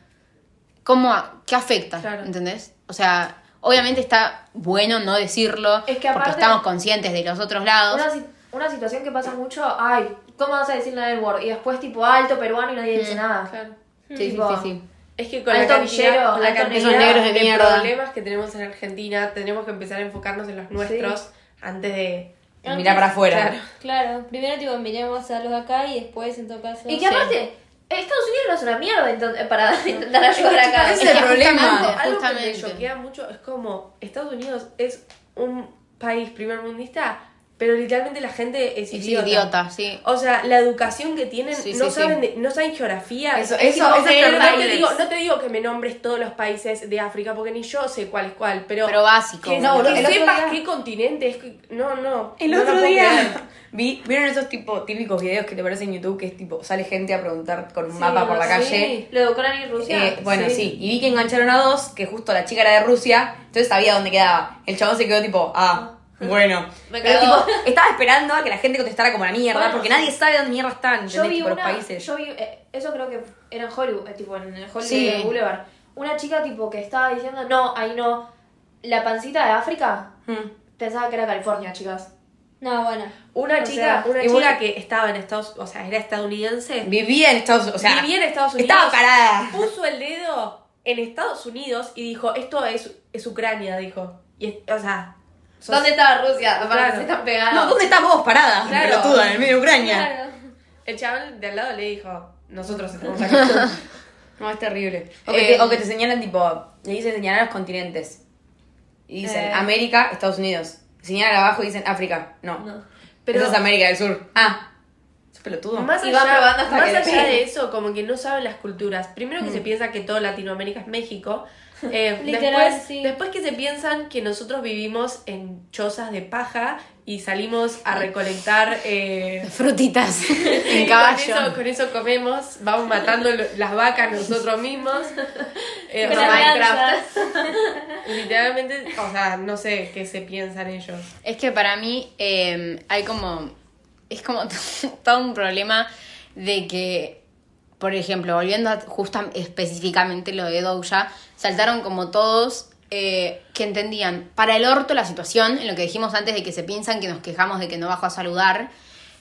S4: cómo, a- qué afecta,
S6: Claro.
S4: ¿entendés? O sea, obviamente está bueno no decirlo
S1: Es que
S4: porque
S1: aparte-
S4: estamos conscientes de los otros lados.
S1: Una, si- una situación que pasa mucho, ay, ¿cómo vas a decir la del word? Y después tipo alto peruano y nadie dice nada.
S6: Claro.
S4: Mm, Sí, sí,
S1: tipo,
S4: sí, sí.
S6: Es que con
S1: Alto
S6: la cantidad,
S1: villero,
S6: con la
S1: alto
S6: cantidad
S3: negro. Esos negros de mierda.
S6: problemas que tenemos en Argentina, tenemos que empezar a enfocarnos en los nuestros antes de...
S5: Antes-
S3: Mirar para afuera.
S6: Claro.
S5: Claro, primero tipo miremos a los de acá y después en todo caso...
S1: Y que aparte, Estados Unidos no es una mierda entonces, para intentar ayudar acá.
S3: Ese es el problema.
S4: justamente-
S6: Algo que me
S4: Justamente.
S6: choquea mucho es como Estados Unidos es un país primer mundista, pero literalmente la gente es,
S4: Es
S6: idiota.
S4: idiota, sí.
S6: O sea, la educación que tienen,
S4: Sí,
S6: no,
S4: sí,
S6: saben de- no saben geografía.
S3: Eso-
S6: Es
S3: eso-
S6: tipo,
S3: eso es
S6: pero no, te
S3: terrible.
S6: digo, no te digo que me nombres todos los países de África, porque ni yo sé cuál es cuál, pero...
S4: Pero básico.
S6: que,
S3: No, boludo,
S6: que
S3: el otro
S6: sepas
S3: día-
S6: qué continente es... que- No, no.
S3: El
S6: no lo
S3: otro
S6: puedo creer.
S3: día vi, vieron esos tipo típicos videos que te aparecen en YouTube que es tipo sale gente a preguntar con un mapa por la calle.
S1: Lo de Ucrania y Rusia.
S3: Eh, bueno,
S6: sí.
S3: sí. y vi que engancharon a dos, que justo la chica era de Rusia, entonces sabía dónde quedaba. El chabón se quedó tipo, ah, bueno.
S1: Me
S3: Pero,
S1: cagó.
S3: tipo, estaba esperando a que la gente contestara como la mierda,
S1: Bueno,
S3: porque
S1: sí.
S3: nadie sabe dónde mierda están,
S1: yo
S3: ¿entendés?
S1: vi
S3: Tipo,
S1: una,
S3: los países.
S1: yo vi, eh, eso creo que era en Hollywood, eh, tipo en el Hollywood
S4: Sí.
S1: Boulevard. Una chica tipo que estaba diciendo, no, ahí no, la pancita de África,
S3: Mm.
S1: pensaba que era California, chicas.
S5: No, bueno.
S6: Una
S1: O
S6: chica,
S1: sea,
S6: una
S3: igual-
S6: chica que estaba en Estados... O sea, era estadounidense.
S3: Vivía en Estados Unidos, o sea,
S6: vivía en Estados Unidos.
S3: estaba parada.
S6: Puso el dedo en Estados Unidos y dijo, esto es, es Ucrania, dijo. Y es- o sea... sos-
S1: ¿Dónde estaba Rusia? Aparte,
S6: Claro.
S1: se están pegando.
S3: No, ¿dónde estás vos parada?
S6: Claro.
S3: Pelotuda, en el medio de Ucrania.
S6: El chaval de al lado le dijo, nosotros estamos acá.
S3: No, es terrible. O que, te, o que te señalan, tipo, le dicen señalar los continentes. Y dicen América, Estados Unidos. Señalan abajo y dicen África. No.
S6: Pero-
S3: Pero es América del Sur. Ah. Es pelotudo.
S6: más
S1: Y va probando
S6: allá,
S1: hasta
S6: más
S1: que le
S6: allá
S1: pegue.
S6: de eso, como que no saben las culturas. Primero que se piensa que todo Latinoamérica es México. Eh,
S5: Literal,
S6: después,
S5: sí.
S6: después que se piensan que nosotros vivimos en chozas de paja y salimos a recolectar... eh,
S4: Frutitas en
S6: Con
S4: caballo.
S6: eso, con eso comemos, vamos matando lo- las vacas nosotros mismos. Eh,
S5: Con
S6: o sea,
S5: las
S6: Minecraft. Literalmente, o sea, no sé qué se piensan ellos.
S4: Es que para mí eh, hay como. Es como todo un problema de que, por ejemplo, volviendo a justa, específicamente lo de Doja, saltaron como todos eh, que entendían para el orto la situación, en lo que dijimos antes de que se piensan que nos quejamos de que no bajo a saludar.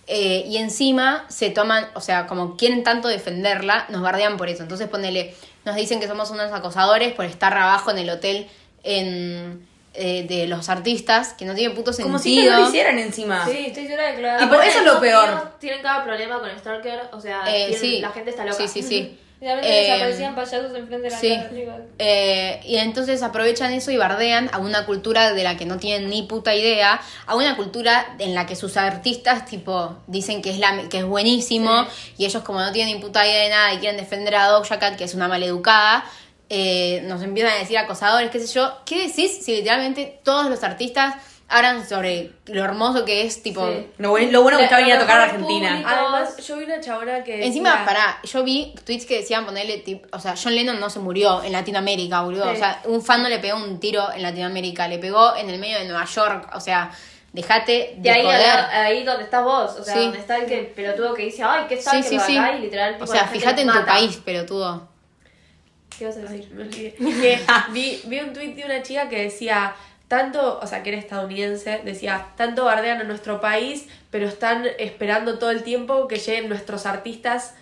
S4: eh, y encima se toman, o sea, como quieren tanto defenderla, nos bardean por eso. Entonces ponele, nos dicen que somos unos acosadores por estar abajo en el hotel en, eh, de los artistas, que no tiene puto sentido. Eh,
S3: Como si no lo hicieran
S1: Ah.
S3: encima.
S5: Sí, estoy segura de que lo hagan.
S3: Y por eso es lo peor.
S1: Tienen cada problema con Stalker, o
S3: Ah,
S1: sea,
S4: Eh,
S1: tienen-
S4: sí.
S1: la gente está loca.
S4: Sí, sí, sí.
S5: Realmente
S4: Eh,
S5: desaparecían payasos enfrente de la
S4: sí.
S5: cara, chicos.
S4: Eh, y entonces aprovechan eso y bardean a una cultura de la que no tienen ni puta idea, a una cultura en la que sus artistas tipo dicen que es la que es buenísimo y ellos como no tienen ni puta idea de nada y quieren defender a Doja Cat que es una maleducada, eh, nos empiezan a decir acosadores, qué sé yo. ¿Qué decís si literalmente todos los artistas hablan sobre lo hermoso que es tipo
S3: Lo bueno, lo bueno que está venir a tocar a Argentina.
S6: Además, yo vi una chabona que.
S4: Encima,
S6: decía-
S4: pará, yo vi tweets que decían ponerle, tip- o sea, John Lennon no se murió en Latinoamérica, boludo. O sea, un fan no le pegó un tiro en Latinoamérica, le pegó en el medio de Nueva York. O sea, dejate de,
S1: Y ahí,
S4: joder.
S1: ahí donde estás eh, vos, o sea,
S4: Sí.
S1: donde está el que pelotudo que dice, ay, qué está
S4: sí,
S1: que
S4: sí,
S1: lo
S4: sí.
S1: haga", y literal,
S4: o
S1: tipo, la
S4: sea,
S1: gente
S4: fíjate en
S1: los
S4: tu
S1: mata.
S4: país, pelotudo.
S1: ¿Qué vas a decir?
S6: Me olvidé. Que vi, vi un tweet de una chica que decía. Tanto, o sea, que era estadounidense, decía, tanto bardean a nuestro país, pero están esperando todo el tiempo que lleguen nuestros artistas.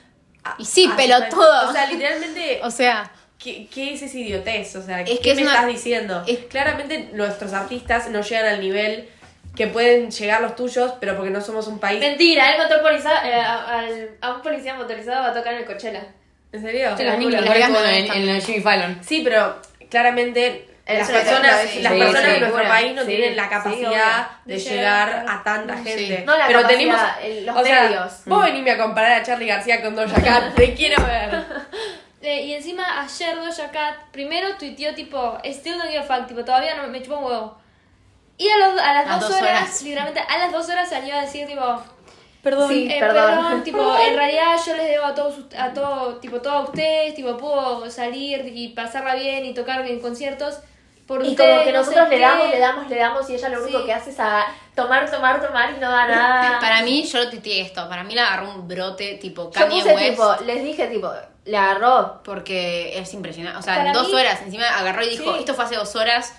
S6: a-
S4: Y sí,
S6: a su
S4: pelotudo.
S6: país". O sea, literalmente,
S4: O sea,
S6: ¿qué, qué es esa idiotez? O sea,
S4: Es
S6: ¿qué
S4: que es
S6: me
S4: una-
S6: estás diciendo?
S4: es-
S6: Claramente nuestros artistas no llegan al nivel que pueden llegar los tuyos, pero porque no somos un país...
S1: Mentira, el motor poliza- eh, a, al- a un policía motorizado va a tocar en el Coachella.
S6: ¿En serio?
S4: las niñas
S3: Lo
S4: las
S3: estuvo
S4: ganan
S3: en, en el Jimmy Fallon.
S6: Sí, pero claramente
S1: Es
S6: las
S1: una
S6: personas,
S1: cosa, sí.
S6: las
S3: Sí,
S6: personas
S3: sí.
S6: de nuestro
S1: Bueno,
S6: país no
S1: sí,
S6: tienen la
S1: sí,
S6: capacidad de,
S5: De
S6: llegar
S5: llegar
S6: a tanta gente.
S1: No la
S6: pero
S1: capacidad,
S6: tenemos
S1: el- los
S6: o sea,
S1: medios.
S6: vos venime a comparar a Charlie García con Doja Cat, te quiero ver.
S5: Eh, y encima ayer Doja Cat primero tuiteó tipo, still don't give a fuck, tipo, todavía no me chupa un huevo. Y a, los- a las
S4: A
S5: dos,
S4: dos
S5: horas,
S4: horas.
S5: literalmente a las dos horas salió a decir tipo,
S1: Perdón,
S5: eh,
S1: perdón.
S5: tipo, en realidad yo les debo a todos, ust- a todo, tipo, todo a ustedes, tipo, puedo salir y pasarla bien y tocar en conciertos por
S1: Y
S5: ustedes,
S1: como que
S5: no sé
S1: nosotros le
S5: qué".
S1: damos, le damos, le damos y ella lo único
S5: Sí.
S1: que hace es a tomar, tomar, tomar y no da nada.
S4: para mí, yo lo tuiteé esto. Para mí la agarró un brote tipo
S1: Ah. Yo
S4: Kanye
S1: puse
S4: West.
S1: tipo, les dije tipo, Le agarró.
S4: Porque es impresionante. O sea,
S5: Para
S4: dos
S5: mí-
S4: horas. Encima agarró y dijo,
S5: Sí.
S4: esto fue hace dos horas.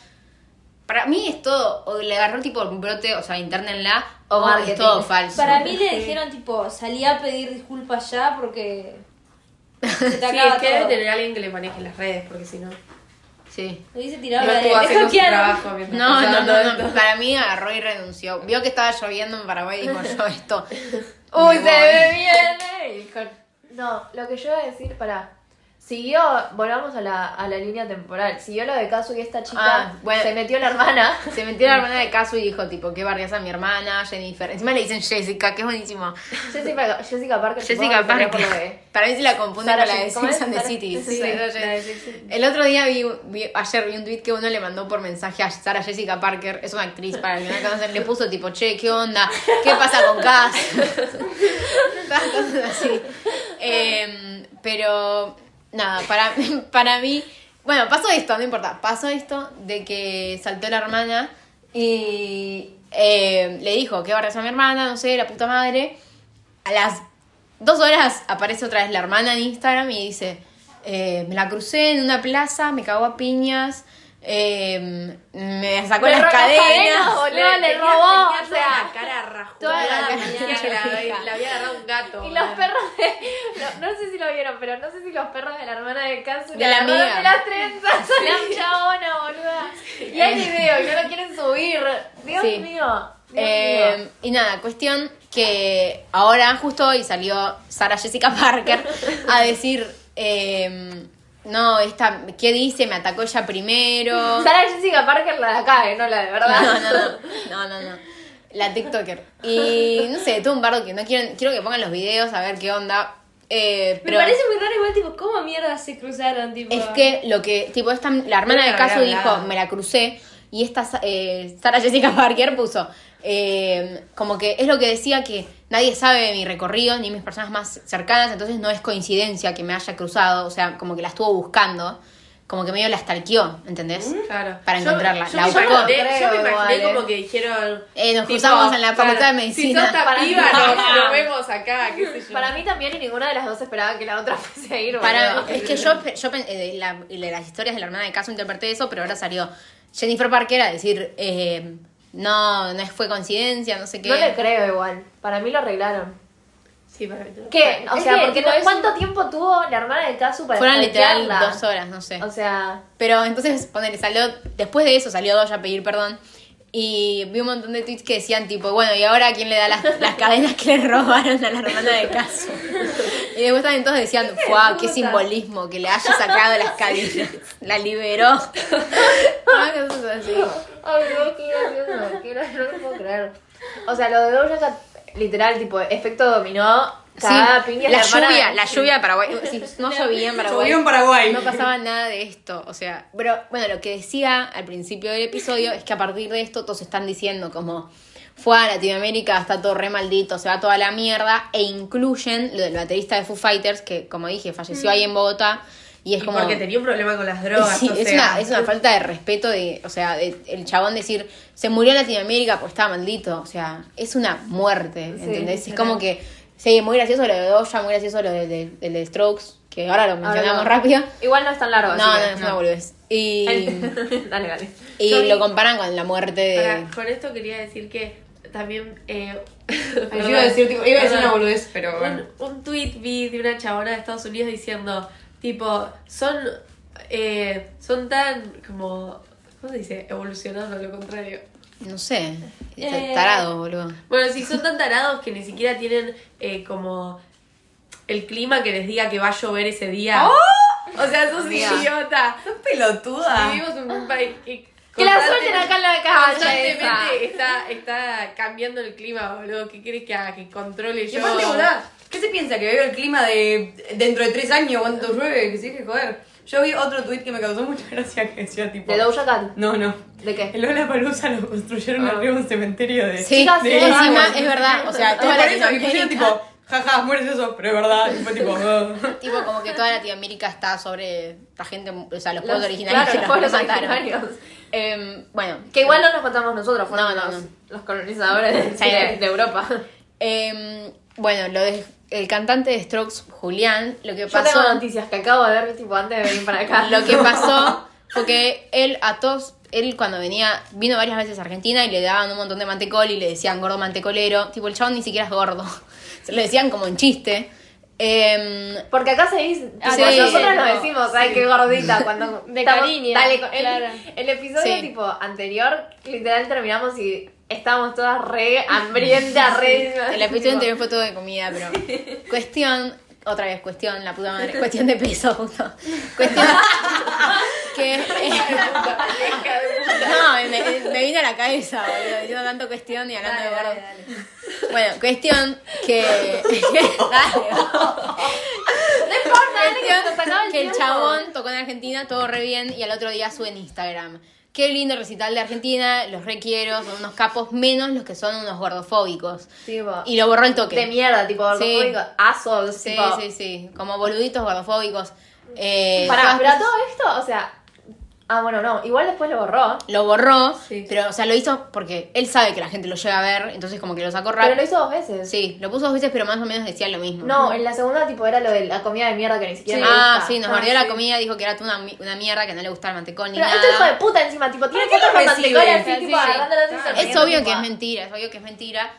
S4: Para mí es todo. O le agarró tipo un brote, o sea, internenla.
S1: O
S4: O, es
S1: marketing.
S4: todo falso.
S5: Para mí le dijeron, tipo, salí a pedir disculpas ya porque. Se te
S6: Sí,
S5: acaba
S6: es que debe
S5: todo.
S6: tener alguien que le maneje las redes, porque si no. No
S4: Sí.
S5: Lo dice tirado la de.
S6: estuvo haciendo
S5: Eso
S6: su
S5: quiero.
S6: trabajo mientras
S4: No,
S6: pasaba
S4: no,
S6: todo
S4: no,
S6: esto.
S4: no. Para mí agarró y renunció. Vio que estaba lloviendo en Paraguay y dijo yo esto. Uy, se ve
S1: viene! Y dijo, No, lo que yo iba a decir, pará. Siguió, volvamos a la, a la línea temporal. Siguió lo de Kazu y esta chica
S4: Ah, bueno.
S1: se metió la hermana.
S4: Se metió la hermana de Casu y dijo, tipo, qué bardeas a mi hermana, Jennifer. Encima le dicen Jessica, que es buenísimo.
S1: Jessica, Jessica Parker.
S4: Jessica
S1: supongo que se
S4: Parker.
S1: por lo de-
S4: Para mí se la confunde
S1: Sarah
S4: con la de
S1: Jessica- ¿cómo es?
S4: Sex and the
S1: Sarah-
S4: City.
S1: Sí,
S4: Sí,
S1: la
S4: yo- El otro día vi, vi- ayer vi un tweet que uno le mandó por mensaje a Sarah Jessica Parker, es una actriz para el que no la conocen, le puso tipo, che, ¿qué onda? ¿Qué pasa con Cass? Todas cosas así. Eh, pero nada, para, para mí, bueno, pasó esto, no importa, pasó esto de que saltó la hermana y eh, le dijo, ¿qué va a rezar mi hermana? No sé, la puta madre. A las dos horas aparece otra vez la hermana en Instagram y dice, eh, me la crucé en una plaza, me cagó a piñas, eh, me sacó
S1: Le
S4: las
S1: robó las cadenas,
S4: cadenas.
S1: boludo,
S6: Le-
S1: le
S6: tenía-
S1: robó,
S6: tenía
S1: o
S6: toda
S1: sea,
S6: la cara rajada.
S1: toda la
S6: Tenía que la,
S4: cara.
S6: la había agarrado un gato.
S1: Y los perros de. No, no sé si lo vieron, pero no sé si los perros de la hermana de Kazu.
S4: De
S1: le
S4: la
S1: agarraron
S4: amiga.
S1: De las trenzas a la chabona, boluda. Y hay video y no lo quieren subir. Dios
S4: Sí.
S1: mío. Dios
S4: Eh,
S1: mío.
S4: y nada, cuestión que ahora justo hoy salió Sara Jessica Parker a decir, eh, no, esta, ¿qué dice? Me atacó ella primero.
S1: Sara Jessica Parker la de acá, eh, no la de verdad.
S4: No, no, no. No, no, no. La TikToker. Y no sé, todo un bardo que no quieren. Quiero que pongan los videos a ver qué onda. Eh,
S5: Me
S4: pero
S5: parece muy raro, igual, tipo, ¿cómo mierda se cruzaron? Tipo,
S4: es que lo que. Tipo, esta, la hermana de
S6: Nunca
S4: Casu
S6: había hablado.
S4: dijo, me la crucé. Y esta eh, Sara Jessica Parker puso. eh, como que es lo que decía que nadie sabe de mi recorrido ni mis personas más cercanas, entonces no es coincidencia que me haya cruzado. O sea, como que la estuvo buscando. Como que medio la stalqueó, ¿entendés?
S6: Claro.
S4: Para encontrarla,
S6: Mm. Yo,
S4: la
S6: yo me
S4: buscó.
S6: imaginé- yo me
S1: Creo
S6: imaginé
S1: igual,
S6: como
S1: eh.
S6: que dijeron.
S4: Eh, nos
S6: tipo,
S4: cruzamos en la facultad de medicina.
S6: Si sos tan
S1: Para-
S6: piba, nos,
S1: Para-
S6: nos vemos acá, qué sé yo.
S1: Para mí también, y ninguna de las dos esperaba que la otra fuese a ir.
S4: Para,
S1: boludo.
S4: es que yo, yo pen- eh, de, la- de las historias de la hermana de caso interpreté eso, pero ahora salió Jennifer Parker a decir, eh, no, no es- fue coincidencia, no sé qué.
S1: No le creo igual. Para mí lo arreglaron.
S6: Sí, para mí. también.
S1: ¿Qué? O
S5: Es
S1: sea,
S5: que,
S1: porque
S5: tipo,
S1: no-
S5: es
S1: ¿cuánto
S5: un-
S1: tiempo tuvo la hermana de Kazu para
S4: Fueron literal
S1: stalkearla?
S4: dos horas, no sé.
S1: O sea,
S4: Pero entonces, ponele, salió, después de eso salió Doja a pedir perdón. Y vi un montón de tweets que decían tipo, bueno, ¿y ahora quién le da las, las cadenas que le robaron a la hermana de caso? Y después también todos decían, wow, qué simbolismo, que le haya sacado las cadenas, la liberó. Todas cosas así.
S1: Ay, no, qué gracioso, qué gracioso, no lo puedo creer. O sea, lo de Doja Cat, literal, tipo, efecto dominó, cada
S4: Sí,
S1: piña
S4: la
S1: es hermana
S4: lluvia,
S1: de-
S4: la lluvia de Paraguay. Sí, no llovía en Paraguay.
S3: Llovió en Paraguay.
S4: No pasaba nada de esto. O sea, pero bueno, lo que decía al principio del episodio es que a partir de esto todos están diciendo como fue a Latinoamérica, está todo re maldito, se va toda la mierda. E incluyen lo del baterista de Foo Fighters, que como dije, falleció ahí en Bogotá. Y es
S6: Y
S4: como.
S6: Porque tenía un problema con las drogas.
S4: Sí,
S6: o
S4: es,
S6: sea.
S4: una, es una falta de respeto de, o sea, de- el chabón decir, se murió en Latinoamérica porque estaba maldito, o sea, es una muerte, ¿entendés? es como que, sí, muy gracioso lo de Doja, muy gracioso lo de, de- del de Strokes, que ahora lo
S1: Ahora
S4: mencionamos
S1: no.
S4: rápido.
S1: Igual no es tan largo.
S4: No, no, es una boludez. Y,
S1: dale, dale.
S4: y
S6: Yo vi-
S4: lo comparan con la muerte de...
S6: Pará, con esto quería decir que también. Eh,
S3: Yo iba a decir, tipo, iba a decir una boludez, pero bueno.
S6: un, un tweet vi de una chabona de Estados Unidos diciendo, tipo, son, eh, son tan como, ¿cómo se dice? Evolucionados, no lo contrario.
S4: No sé,
S5: Eh.
S4: tarado, boludo.
S6: Bueno, si son tan tarados que ni siquiera tienen eh, como el clima que les diga que va a llover ese día.
S1: ¡Oh!
S6: O sea, sos idiota.
S3: Sos pelotuda.
S6: Vivimos en un país que...
S1: Que la
S6: constante-
S1: suelten acá en la calle. esa.
S6: Constantemente está, está cambiando el clima, boludo. ¿Qué querés que haga? Que controle
S3: Y
S6: yo.
S3: aparte, boluda, ¿qué se piensa? ¿Que veo el clima de dentro de tres años cuando llueve? Que se deje joder. Yo vi otro tweet que me causó mucha gracia que decía tipo.
S1: De Doja Cat.
S3: No, no.
S1: ¿De qué?
S3: El Lola Palusa lo construyeron arriba de un cementerio de.
S4: Sí,
S1: Chicas,
S4: y
S1: no,
S4: encima
S1: no.
S4: es verdad, o sea,
S3: Y
S4: toda
S3: por eso, y pusieron
S4: Latinoamérica...
S3: tipo, jaja, mueres eso, pero es verdad. Y fue tipo, ah.
S4: Tipo, como que toda Latinoamérica está sobre la gente, o sea, los pueblos
S1: Los-
S4: originarios
S1: claro,
S4: que
S1: los
S4: los
S1: pueblos
S4: mataron.
S1: originarios.
S4: Em, bueno,
S1: Que igual no nos matamos nosotros,
S4: No,
S1: fueron
S4: no,
S1: los,
S4: no.
S1: los colonizadores de,
S4: Sí.
S1: de Europa.
S4: em, bueno, lo de el cantante de Strokes, Julián, lo que
S1: Yo
S4: pasó.
S1: tengo noticias que acabo de ver tipo antes de venir para acá.
S4: Lo que pasó fue que él a todos, él cuando venía, vino varias veces a Argentina y le daban un montón de mantecol y le decían gordo mantecolero. Tipo, el chabón ni siquiera es gordo. Se lo decían como en chiste. Em,
S1: Porque acá se dice,
S5: Ah,
S1: tipo,
S4: sí,
S1: nosotros
S5: no,
S1: nos decimos, ay, qué gordita, cuando
S5: De
S1: estamos-
S5: cariño,
S1: dale, con- el,
S5: claro.
S1: el episodio
S4: Sí.
S1: tipo anterior, literal terminamos y estábamos todas re hambrientas, re...
S4: el episodio anterior fue todo de comida, pero. Cuestión. Otra vez, cuestión, la puta madre. Cuestión de peso, puto. Cuestión. que. eh, no, me, me vino a la cabeza, boludo. Diciendo tanto cuestión y hablando de gordo. Bueno, cuestión que. Cuestión que el chabón tocó en Argentina, todo re bien, y al otro día sube en Instagram. Qué lindo recital de Argentina, los requiero, son unos capos menos los que son unos gordofóbicos.
S1: Tipo,
S4: Y lo borró el toque.
S1: de mierda, tipo,
S4: Sí.
S1: gordofóbico, assholes,
S4: Sí,
S1: tipo,
S4: sí, sí. Como boluditos gordofóbicos. Eh,
S1: Pará,
S4: todas
S1: pero a
S4: cosas-
S1: todo esto, o sea. Ah, bueno, no. Igual después lo borró.
S4: Lo borró, pero, o sea, lo hizo porque él sabe que la gente lo llega a ver, entonces como que lo sacó rápido.
S1: Pero lo hizo dos veces.
S4: Sí, lo puso dos veces, pero más o menos decía lo mismo.
S1: No, en la segunda, tipo, era lo de la comida de mierda que ni siquiera. me
S4: ah,
S1: gusta.
S4: sí, nos bardeó la comida, dijo que era una, mi- una mierda, que no le gustaba el mantecón ni
S1: Pero
S4: nada.
S1: este hijo de puta encima, tipo, tiene
S3: ¿Para qué
S1: fotos
S3: lo
S1: con
S3: recibe?
S1: mantecola así,
S5: Sí,
S1: tipo,
S5: sí.
S1: agarrándolas y
S4: Es
S1: sonriendo,
S4: obvio
S1: tipo,
S4: que es
S1: ah.
S4: mentira, es obvio que es mentira.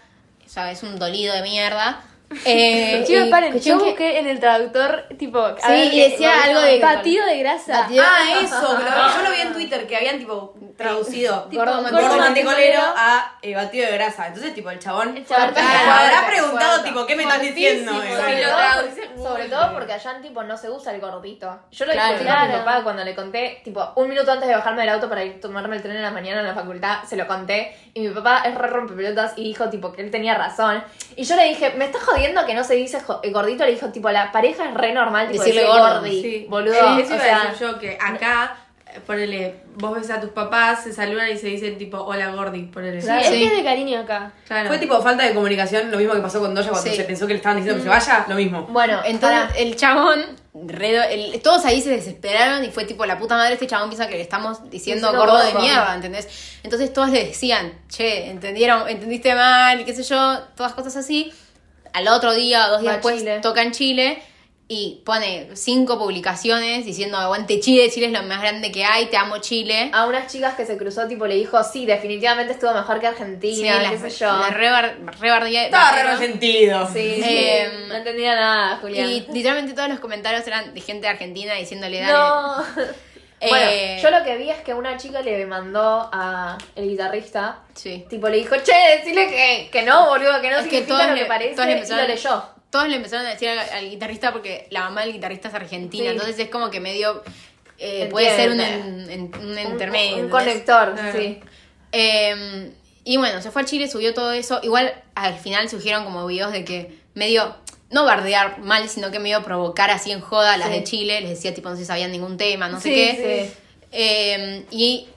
S4: O sea, es un dolido de mierda. Eh,
S5: Chicos,
S4: y
S5: paren, yo
S4: cuestión que-
S5: busqué en el traductor, tipo, a
S4: Sí,
S5: ver
S4: y
S5: qué-
S4: decía algo de-
S5: Batido de grasa.
S4: Batido-
S3: Ah, eso, que lo- yo lo vi en Twitter, que habían tipo traducido
S5: Tipo,
S4: gordo
S3: gordo
S4: gordo
S3: mantecolero a eh, batido de grasa. Entonces, tipo, el chabón
S5: El chabón-
S3: habrá preguntado, tipo, ¿qué me estás diciendo?
S1: Sobre
S3: eh?
S1: todo,
S6: traduce muy
S1: sobre
S6: bien.
S1: todo porque allá tipo no se usa el gordito. Yo lo
S4: Claro.
S1: discutí con mi papá cuando le conté, tipo, un minuto antes de bajarme del auto para ir a tomarme el tren en la mañana en la facultad, se lo conté. Y mi papá es re rompepelotas y dijo, tipo, que él tenía razón. Y yo le dije, ¿me estás jodiendo que no se dice jo- eh, gordito? Le dijo, tipo, la pareja es re normal, tipo,
S4: Decirle
S1: decirle
S4: gordo,
S1: gordi,
S6: Sí.
S1: boludo.
S6: Eh,
S1: o
S6: eso iba a
S1: sea,
S6: decir yo, que acá, eh, ponele, vos ves a tus papás, se saludan y se dicen tipo, hola Gordi, ponele.
S5: Sí, es
S4: Sí.
S5: que es de cariño acá.
S6: Claro.
S3: Fue tipo falta de comunicación, lo mismo que pasó con Doja cuando
S4: Sí.
S3: se pensó que le estaban diciendo que se vaya, lo mismo.
S1: bueno,
S4: Entonces
S1: entonces...
S4: el chabón, redo- el- todos ahí se desesperaron y fue tipo, la puta madre, este chabón piensa que le estamos diciendo
S1: Diciendo
S4: gordo de
S1: gordo.
S4: mierda, ¿entendés? Entonces todos le decían, che, entendieron, entendiste mal, y qué sé yo, todas cosas así. Al otro día o dos días
S1: Va a
S4: después
S1: Chile.
S4: toca en Chile y pone cinco publicaciones diciendo, aguante Chile, Chile es lo más grande que hay, te amo Chile.
S1: A unas chicas que se cruzó, tipo, le dijo, sí, definitivamente estuvo mejor que Argentina,
S4: la-
S1: qué sé yo.
S4: la rebar- rebardeé-
S3: Estaba re
S4: bardearon.
S3: resentido.
S1: Sí, sí.
S4: Em,
S1: no entendía nada, Julián.
S4: Y literalmente todos los comentarios eran de gente de argentina diciéndole, dale.
S1: No.
S4: Eh,
S1: bueno, yo lo que vi es que una chica le mandó a el guitarrista,
S4: Sí.
S1: tipo le dijo, che, decirle que, que no, boludo, que no
S4: Es que
S1: significa
S4: todos
S1: lo
S4: le-
S1: que parece,
S4: todos le
S1: y lo
S4: empezaron-
S1: leyó.
S4: Todos le empezaron a decir al, al guitarrista porque la mamá del guitarrista es argentina,
S1: Sí.
S4: entonces es como que medio... eh,
S1: Entiende.
S4: puede ser un, en- en- un
S1: Un-
S4: intermedio.
S1: Un,
S4: ¿entendés?
S1: conector, sí.
S4: Eh, y bueno, se fue a Chile, subió todo eso. Igual al final surgieron como videos de que medio, no bardear mal, sino que medio provocar así en joda a las
S1: Sí.
S4: de Chile. Les decía tipo, no se sabían ningún tema, no sé
S1: Sí,
S4: qué.
S1: sí.
S4: Eh, y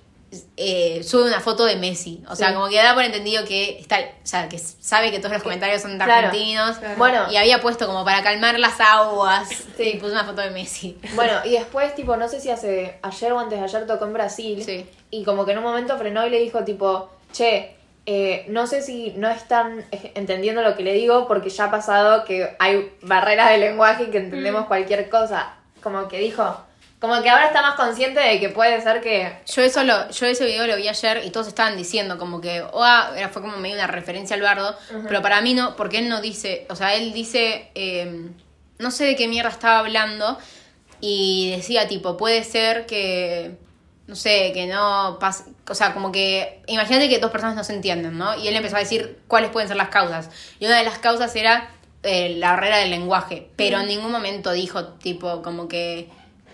S4: eh, sube una foto de Messi. O sea,
S1: Sí.
S4: como que da por entendido que está, o sea, que sabe que todos los comentarios son de
S1: Claro.
S4: argentinos.
S1: Bueno.
S4: Y había puesto como para calmar las aguas. Y puso una foto de Messi.
S1: Bueno, y después, tipo, no sé si hace ayer o antes de ayer tocó en Brasil.
S4: Sí.
S1: Y como que en un momento frenó y le dijo, tipo, che, eh, no sé si no están eh, entendiendo lo que le digo porque ya ha pasado que hay barreras de lenguaje y que entendemos
S6: Mm.
S1: cualquier cosa. Como que dijo, como que ahora está más consciente de que puede ser que...
S4: Yo eso lo, yo ese video lo vi ayer y todos estaban diciendo como que "Oa", era fue como medio una referencia al bardo, pero para mí no, porque él no dice, o sea, él dice eh, no sé de qué mierda estaba hablando y decía tipo, puede ser que no sé, que no pase, o sea, como que imagínate que dos personas no se entienden, ¿no? Y él empezó a decir cuáles pueden ser las causas. Y una de las causas era eh, la barrera del lenguaje, pero en ningún momento dijo tipo como que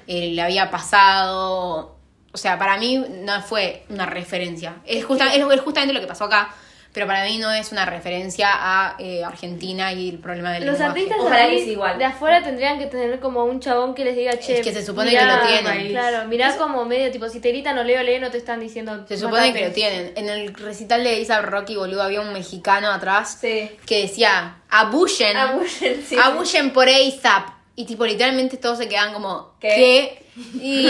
S4: eh, le había pasado. O sea, para mí no fue una referencia. Es, justa- es, es justamente lo que pasó acá, pero para mí no es una referencia a eh, Argentina y el problema del
S5: Los
S4: lenguaje.
S5: artistas
S3: Ojalá
S5: de ahí-
S3: que sea igual.
S5: de afuera tendrían que tener como un chabón que les diga, che,
S4: que se supone
S5: mirá,
S4: que lo tienen.
S5: Claro, mirá como medio, tipo, si te gritan o leo, leo, no te están diciendo.
S4: Se supone que lo
S5: matate.
S4: tienen. En el recital de Isa Rocky, boludo, había un mexicano atrás
S1: Sí.
S4: que decía, abullen,
S1: Abullen, sí.
S4: abullen por ASAP. Y tipo, literalmente todos se quedan como, ¿qué?
S1: ¿Qué?
S4: Y,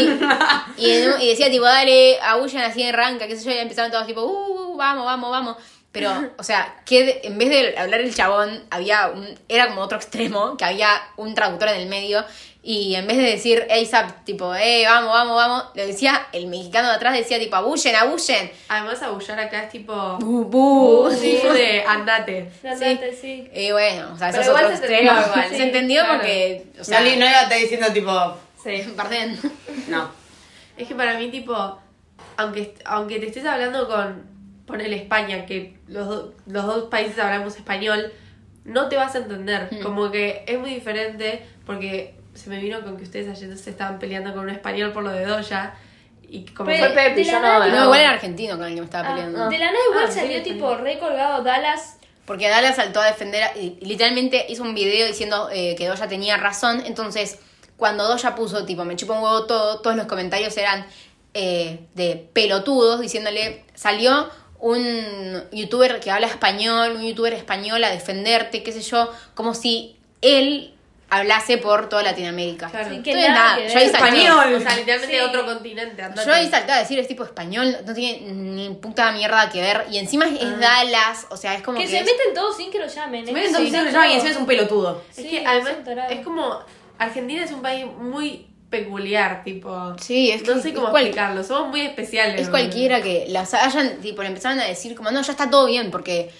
S4: y, en un- y decía tipo, dale, abullen así en ranca, qué sé yo, y empezaron todos tipo, uh, uh, vamos, vamos, vamos. Pero, o sea, que de- en vez de hablar el chabón, había un, era como otro extremo, que había un traductor en el medio, y en vez de decir ASAP, tipo, eh, vamos, vamos, vamos, lo decía, el mexicano de atrás decía tipo, abullen, abullen.
S6: Además, abullar acá es tipo.
S4: Bu,
S2: Uh,
S4: bu.
S6: Sí, de andate.
S5: Andate, sí.
S4: Y bueno, o sea, eso
S2: Pero
S4: es
S2: igual
S4: otro
S2: se
S4: extremo.
S2: entendió igual.
S4: se
S2: Sí,
S4: entendió
S6: claro.
S4: porque, o sea,
S3: no, li- no iba a estar diciendo tipo.
S2: Sí.
S4: perdón.
S3: No.
S6: Es que para mí, tipo, aunque, est- aunque te estés hablando con, ponele España, que los, do- los dos países hablamos español, no te vas a entender.
S4: Mm.
S6: Como que es muy diferente, porque se me vino con que ustedes ayer se estaban peleando con un español por lo de Doya. Y como
S5: Pe-
S6: que-
S1: Fue Pepi,
S5: de
S1: yo
S5: la
S1: no,
S5: nada,
S4: No,
S1: no.
S4: igual era argentino con el que me estaba
S5: Ah,
S4: Ah, peleando.
S5: De la nada igual
S6: Ah,
S5: salió
S6: sí,
S5: tipo recolgado Dallas.
S4: Porque Dallas saltó a defender, a- y literalmente hizo un video diciendo eh, que Doya tenía razón. Entonces, cuando Doya puso, tipo, me chupa un huevo todo, todos los comentarios eran eh, de pelotudos, diciéndole, salió un youtuber que habla español, un youtuber español a defenderte, qué sé yo, como si él hablase por toda Latinoamérica.
S6: Claro.
S5: Sí, que
S4: Entonces,
S5: nada
S4: nada,
S5: que
S4: yo ahí
S5: ver.
S4: salté.
S6: O sea, literalmente de otro continente. andate.
S4: Yo ahí salté a decir, es tipo español, no tiene ni puta mierda que ver. Y encima es Dallas, o sea, es como
S5: Ah. Que
S4: que,
S5: se
S4: es-
S5: meten todos sin que lo llamen.
S3: Se
S5: es
S3: me
S5: que
S3: hizo
S5: sí,
S3: diciendo
S5: sí,
S3: que yo, y
S5: no.
S3: encima es un pelotudo.
S6: Es
S5: Sí,
S6: que además,
S5: son tarados.
S6: es como. Argentina es un país muy peculiar, tipo.
S4: Sí, es que
S6: No sé cómo
S4: es cual-
S6: explicarlo, somos muy especiales.
S4: Es cualquiera que las hayan, tipo, le empezaron a decir como, no, ya está todo bien, porque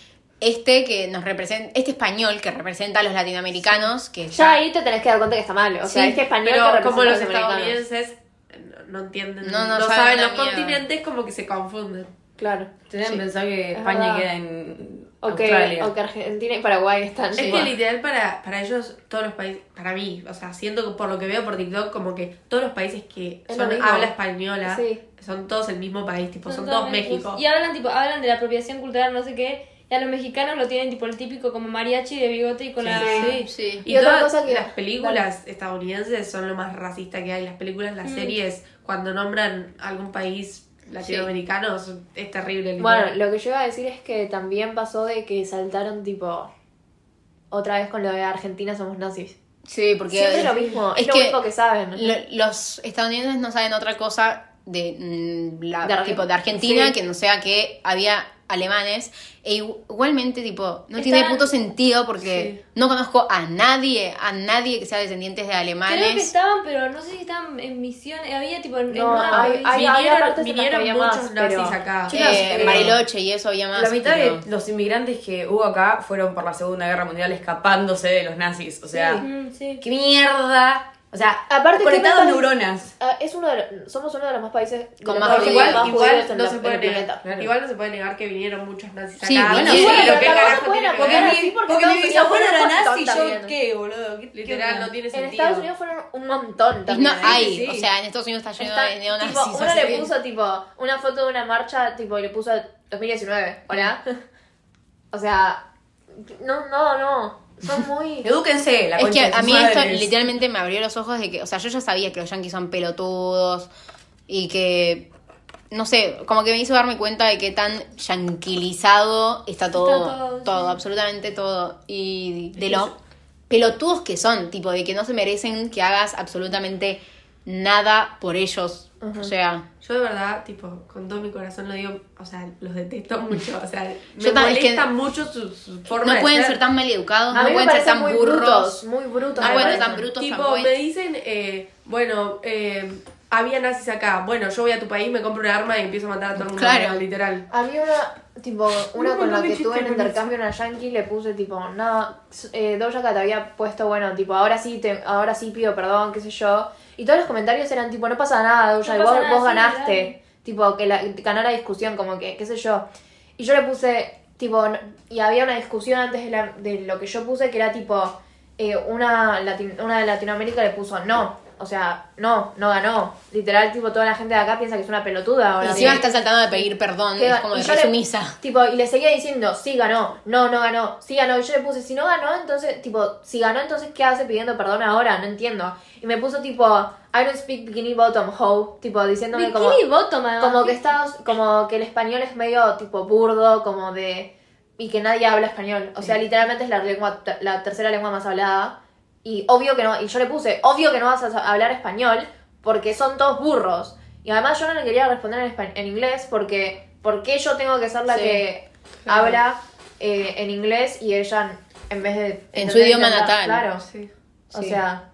S4: este que nos representa, este español que representa a los latinoamericanos, que
S1: Ya
S4: ya,
S1: ahí te tenés que dar cuenta que está mal. O sea,
S4: Sí,
S1: este español que
S6: Pero
S1: representa
S6: como
S1: a
S6: los
S1: americanos.
S6: estadounidenses no- no entienden,
S4: No,
S6: no,
S4: no saben
S6: saben
S4: la
S6: los
S4: mierda.
S6: continentes, como que se confunden.
S1: Claro.
S3: Ustedes
S1: Sí.
S3: pensado que
S1: Es
S3: España
S1: verdad.
S3: queda en.
S1: O que,
S3: Australia.
S1: o que Argentina y Paraguay están.
S6: es
S1: sí.
S6: que literal para, para ellos, todos los países, para mí, o sea, siento que por lo que veo por TikTok, como que todos los países que
S1: Es lo
S6: son
S1: mismo.
S6: habla española
S1: Sí.
S6: son todos el mismo país, tipo,
S1: Pues
S6: son,
S5: todos
S6: todos México.
S5: mexicanos. Y hablan tipo, hablan de la apropiación cultural, no sé qué. Y a los mexicanos lo tienen tipo el típico como mariachi de bigote y con la.
S6: Sí.
S4: sí.
S6: Y,
S1: Y otra
S6: todas
S1: cosa que-
S6: las películas estadounidenses son lo más racista que hay. Las películas,
S1: Mm.
S6: las series, cuando nombran algún país latinoamericano, son- es terrible.
S1: Bueno,
S6: literal.
S1: lo que yo iba a decir es que también pasó de que saltaron tipo otra vez con lo de Argentina somos nazis.
S4: Sí, porque
S1: Siempre es lo mismo, es,
S4: es
S1: lo
S4: que
S1: único que saben.
S4: lo- los estadounidenses no saben otra cosa de mm, la
S1: De Argen-
S4: tipo de Argentina
S1: sí.
S4: que no sea que había alemanes e igu- igualmente tipo no
S5: Están-
S4: tiene puto sentido porque no conozco a nadie a nadie que sea descendientes de alemanes
S5: Creo que estaban, pero no sé si estaban en misión. Había tipo en, en
S1: No,
S5: una
S1: hay-
S5: provincia.
S1: hay-
S6: vinieron,
S1: partes en las que
S6: vinieron
S1: había
S6: muchos
S1: más,
S6: nazis
S1: pero-
S6: acá.
S3: Chicas,
S4: Eh,
S3: eh,
S4: Bariloche y eso había más.
S3: La mitad
S4: Ah, pero-
S3: de los inmigrantes que hubo acá fueron por la Segunda Guerra Mundial escapándose de los nazis. O sea,
S5: Mm, sí.
S3: ¡qué mierda! O sea,
S1: Aparte,
S3: conectados
S1: ¿qué me pasa?
S3: neuronas.
S1: Ah, es uno de los- somos uno de los más países de
S4: Con
S1: los
S4: más
S1: países
S4: judíos.
S1: más
S6: Igual
S1: judíos en
S6: no
S1: la-
S6: se
S1: en
S6: puede
S1: el planeta.
S6: negar. Igual no se puede negar que vinieron muchos nazis acá.
S4: Sí,
S6: bueno,
S4: vinieron.
S6: sí, pero
S1: Sí,
S6: ¿qué
S1: pero
S6: carajo
S1: tampoco
S6: tiene
S1: era
S6: que
S1: porque
S6: ver?
S1: sí, porque Estados Unidos fue un montón también.
S3: ¿qué, boludo? ¿Qué- qué
S6: Literal,
S3: onda?
S6: no tiene
S1: En
S6: sentido.
S1: Estados Unidos fueron un montón
S4: Y no
S1: también. ¿eh?
S4: hay,
S3: sí, sí.
S4: o sea, en Estados Unidos está lleno
S1: Está-
S4: de neonazis.
S1: tipo, uno
S4: así
S1: le
S4: que-
S1: puso tipo una foto de una marcha tipo y le puso 2019. Hola. o sea, no, no, no. Son muy.
S3: Edúquense, la
S4: Es que
S3: concha de
S4: a
S3: sus
S4: mí esto
S3: madres.
S4: literalmente me abrió los ojos de que, o sea, yo ya sabía que los yankees son pelotudos y que, no sé, como que me hizo darme cuenta de que tan yanquilizado está todo,
S5: todo,
S4: todo,
S5: sí.
S4: absolutamente todo. Y de lo pelotudos que son, tipo, de que no se merecen que hagas absolutamente nada por ellos. O sea,
S6: Yo de verdad, tipo, con todo mi corazón lo digo, o sea, los detesto mucho, o sea, me
S4: Yo también, es que-
S6: molesta mucho su, su forma
S4: no
S6: de
S4: pueden
S6: ser.
S4: ser tan maleducados,
S1: A
S4: no
S1: mí me
S4: pueden ser
S1: parecen
S4: tan
S1: muy
S4: burros.
S1: brutos. Muy brutos.
S4: No
S1: me
S4: pueden ser
S1: parecen.
S4: tan brutos,
S6: Ah, Tipo,
S4: tan buen-
S6: me dicen, eh, bueno, eh, había nazis acá, bueno, yo voy a tu país, me compro un arma y empiezo a matar a todo el mundo,
S4: Claro.
S6: literal.
S1: A mí una, tipo, una
S6: No,
S1: con
S6: no
S1: la
S6: me
S1: que
S6: chiste
S1: tuve en
S6: con
S1: intercambio una yankee le puse tipo, no, eh, Doja Cat había puesto, bueno, tipo, ahora sí, te, ahora sí pido perdón, qué sé yo. Y todos los comentarios eran tipo, no pasa nada, Doja,
S5: No
S1: vos,
S5: pasa nada,
S1: vos
S5: sí,
S1: ganaste.
S5: dale.
S1: Tipo, que la, ganó la discusión, como que, qué sé yo. Y yo le puse, tipo, n- y había una discusión antes de, la- de lo que yo puse que era tipo, eh, una, latin- una de Latinoamérica le puso no. O sea, no, no ganó. Literal, tipo, toda la gente de acá piensa que es una pelotuda ahora.
S4: Y
S1: Sí.
S4: encima está saltando de pedir perdón,
S1: Que-
S4: es como
S1: y
S4: de
S1: yo le-
S4: resumisa.
S1: Tipo, y le seguía diciendo, sí ganó, no, no ganó, sí ganó. Y yo le puse, si no ganó, entonces, tipo, si ganó, entonces, ¿qué hace pidiendo perdón ahora? No entiendo. Y me puso, tipo, I don't speak bikini bottom, ho. Tipo, diciéndome como...
S5: Bikini Bottom, además.
S1: Como que Estados, como que el español es medio, tipo, burdo, como de... Y que nadie habla español. O sea, literalmente es la, lengua, la tercera lengua más hablada. Y obvio que no... Y yo le puse, obvio que no vas a sa- hablar español porque son todos burros. Y además yo no le quería responder en, espa- en inglés porque... ¿Por qué yo tengo que ser la
S4: Sí.
S1: que
S6: Claro.
S1: habla eh, en inglés y ella, en vez de...
S4: En
S1: entender
S4: su idioma
S1: que habla-
S4: natal.
S1: Claro.
S6: Sí.
S1: O
S4: Sí.
S1: sea...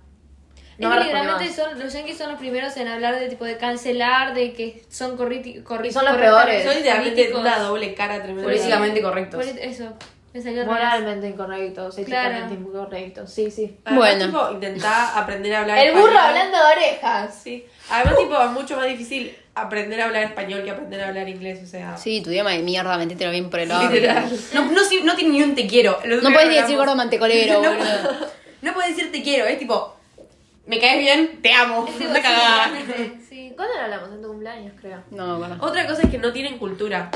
S5: No
S1: No me respondió
S5: literalmente
S1: más.
S5: son, los yankees son los primeros en hablar de tipo de cancelar, de que son corriti, corri-
S1: Y son los
S5: correctos-
S1: peores.
S5: son
S6: Son literalmente
S5: políticos.
S6: una doble cara tremenda.
S3: Políticamente correctos.
S5: Polit- Eso, me salió al revés.
S1: Moralmente incorrecto, éticamente
S5: Claro.
S1: incorrecto. Sí, sí.
S4: Bueno.
S6: bueno. Tipo, intentá aprender a hablar
S1: El burro
S6: español.
S1: hablando de orejas.
S6: Sí. Además, tipo, es mucho más difícil aprender a hablar español que aprender a hablar inglés, o sea.
S4: Sí, tu idioma de mierda, metítelo bien por el lado.
S6: Literal.
S3: No, no, si- no tiene ni un te quiero. Lo
S4: No
S3: que
S4: puedes
S3: hablamos.
S4: decir gordo mantecolero,
S3: No.
S4: boludo.
S3: No puedes decir te quiero, es tipo, me caes bien, te amo. No te cagás.
S5: Sí.
S1: ¿Cuándo lo hablamos? En tu cumpleaños, creo.
S4: No, bueno.
S6: Otra cosa es que no tienen cultura.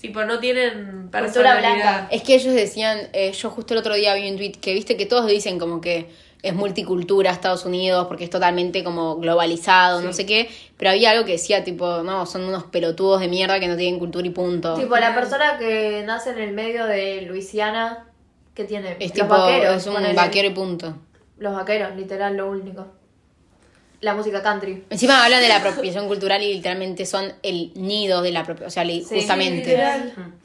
S6: Tipo, no tienen
S1: Cultura
S6: personalidad.
S1: blanca.
S4: Es que ellos decían, eh, yo justo el otro día vi un tweet que viste que todos dicen como que es multicultura Estados Unidos porque es totalmente como globalizado, no sé qué, pero había algo que decía tipo, no, son unos pelotudos de mierda que no tienen cultura y punto.
S1: Tipo, la persona que nace en el medio de Luisiana, que tiene
S4: es
S1: los
S4: tipo,
S1: vaqueros.
S4: es un
S1: ponele.
S4: vaquero y punto.
S1: Los vaqueros, literal, lo único. La música country.
S4: Encima hablan de la apropiación cultural y literalmente son el nido de la apropiación, o sea, li-
S1: Sí,
S4: justamente.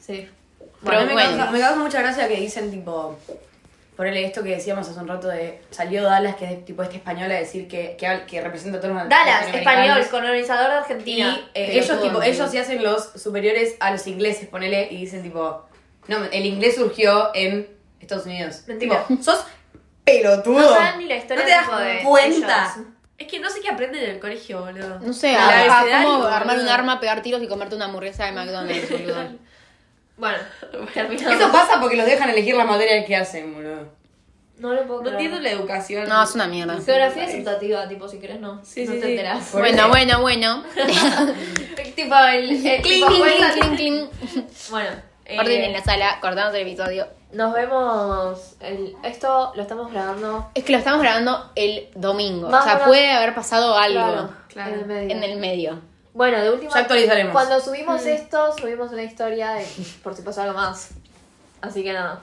S1: Sí.
S4: Pero
S3: Pero me,
S4: bueno.
S3: causa, me causa mucha gracia que dicen, tipo, ponerle esto que decíamos hace un rato de. Salió Dallas, que es tipo este español, a decir que, que, hab- que representa a todos los
S1: Dallas,
S3: latinoamericanos.
S1: español, colonizador de
S3: Y
S1: Argentina.
S3: eh, ellos,
S4: Pelotudos,
S3: tipo,
S4: boludo.
S3: ellos se hacen los superiores a los ingleses, ponele, y dicen, tipo, no, el inglés surgió en Estados Unidos.
S1: Mentira.
S3: Tipo, sos pelotudo.
S1: No saben ni la historia
S3: No te das
S1: tipo de
S3: cuenta.
S1: ellos.
S6: Es que no sé qué aprenden en el colegio, boludo.
S4: No sé,
S6: El
S4: a- a
S6: abecedario,
S4: cómo
S6: boludo.
S4: armar un arma, pegar tiros y comerte una hamburguesa de McDonald's, boludo.
S1: Bueno, terminamos.
S3: Eso pasa porque los dejan elegir las materias que hacen, boludo.
S1: No lo puedo
S6: No
S1: creer.
S6: entiendo la educación.
S4: No, es una mierda.
S1: Geografía aceptativa, tipo, si querés, no.
S6: Sí,
S1: no
S6: sí,
S1: te
S6: sí.
S1: enterás.
S3: Por
S4: Bueno,
S3: eso.
S4: bueno, bueno.
S1: tipo, el.
S5: eh,
S4: Cling,
S1: el tipo, juegan-
S4: cling, cling, cling.
S1: Bueno, eh,
S4: Orden en la sala, cortamos el episodio.
S1: nos vemos. el- esto lo estamos grabando.
S4: Es que lo estamos grabando el domingo.
S1: Más
S4: o sea,
S1: o menos-
S4: puede haber pasado algo
S1: Claro, Mm.
S6: Claro.
S1: En el medio.
S4: en el medio.
S1: Bueno, de última.
S3: Ya actualizaremos.
S1: Cuando subimos esto, subimos una historia de por si pasa algo más. Así que nada.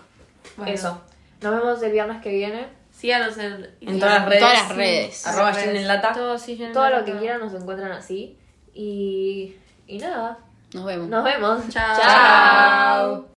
S6: Bueno.
S1: Eso. Nos vemos el viernes que viene.
S6: Síganos en,
S3: En todas las redes.
S4: todas las redes.
S3: Arroba Jen en lata.
S5: Todo, sí, yo no
S1: Todo
S5: me
S1: lo que
S5: acuerdo.
S1: quieran nos encuentran así. Y. Y nada.
S4: Nos vemos.
S1: Nos vemos.
S6: Chao.
S1: Chao.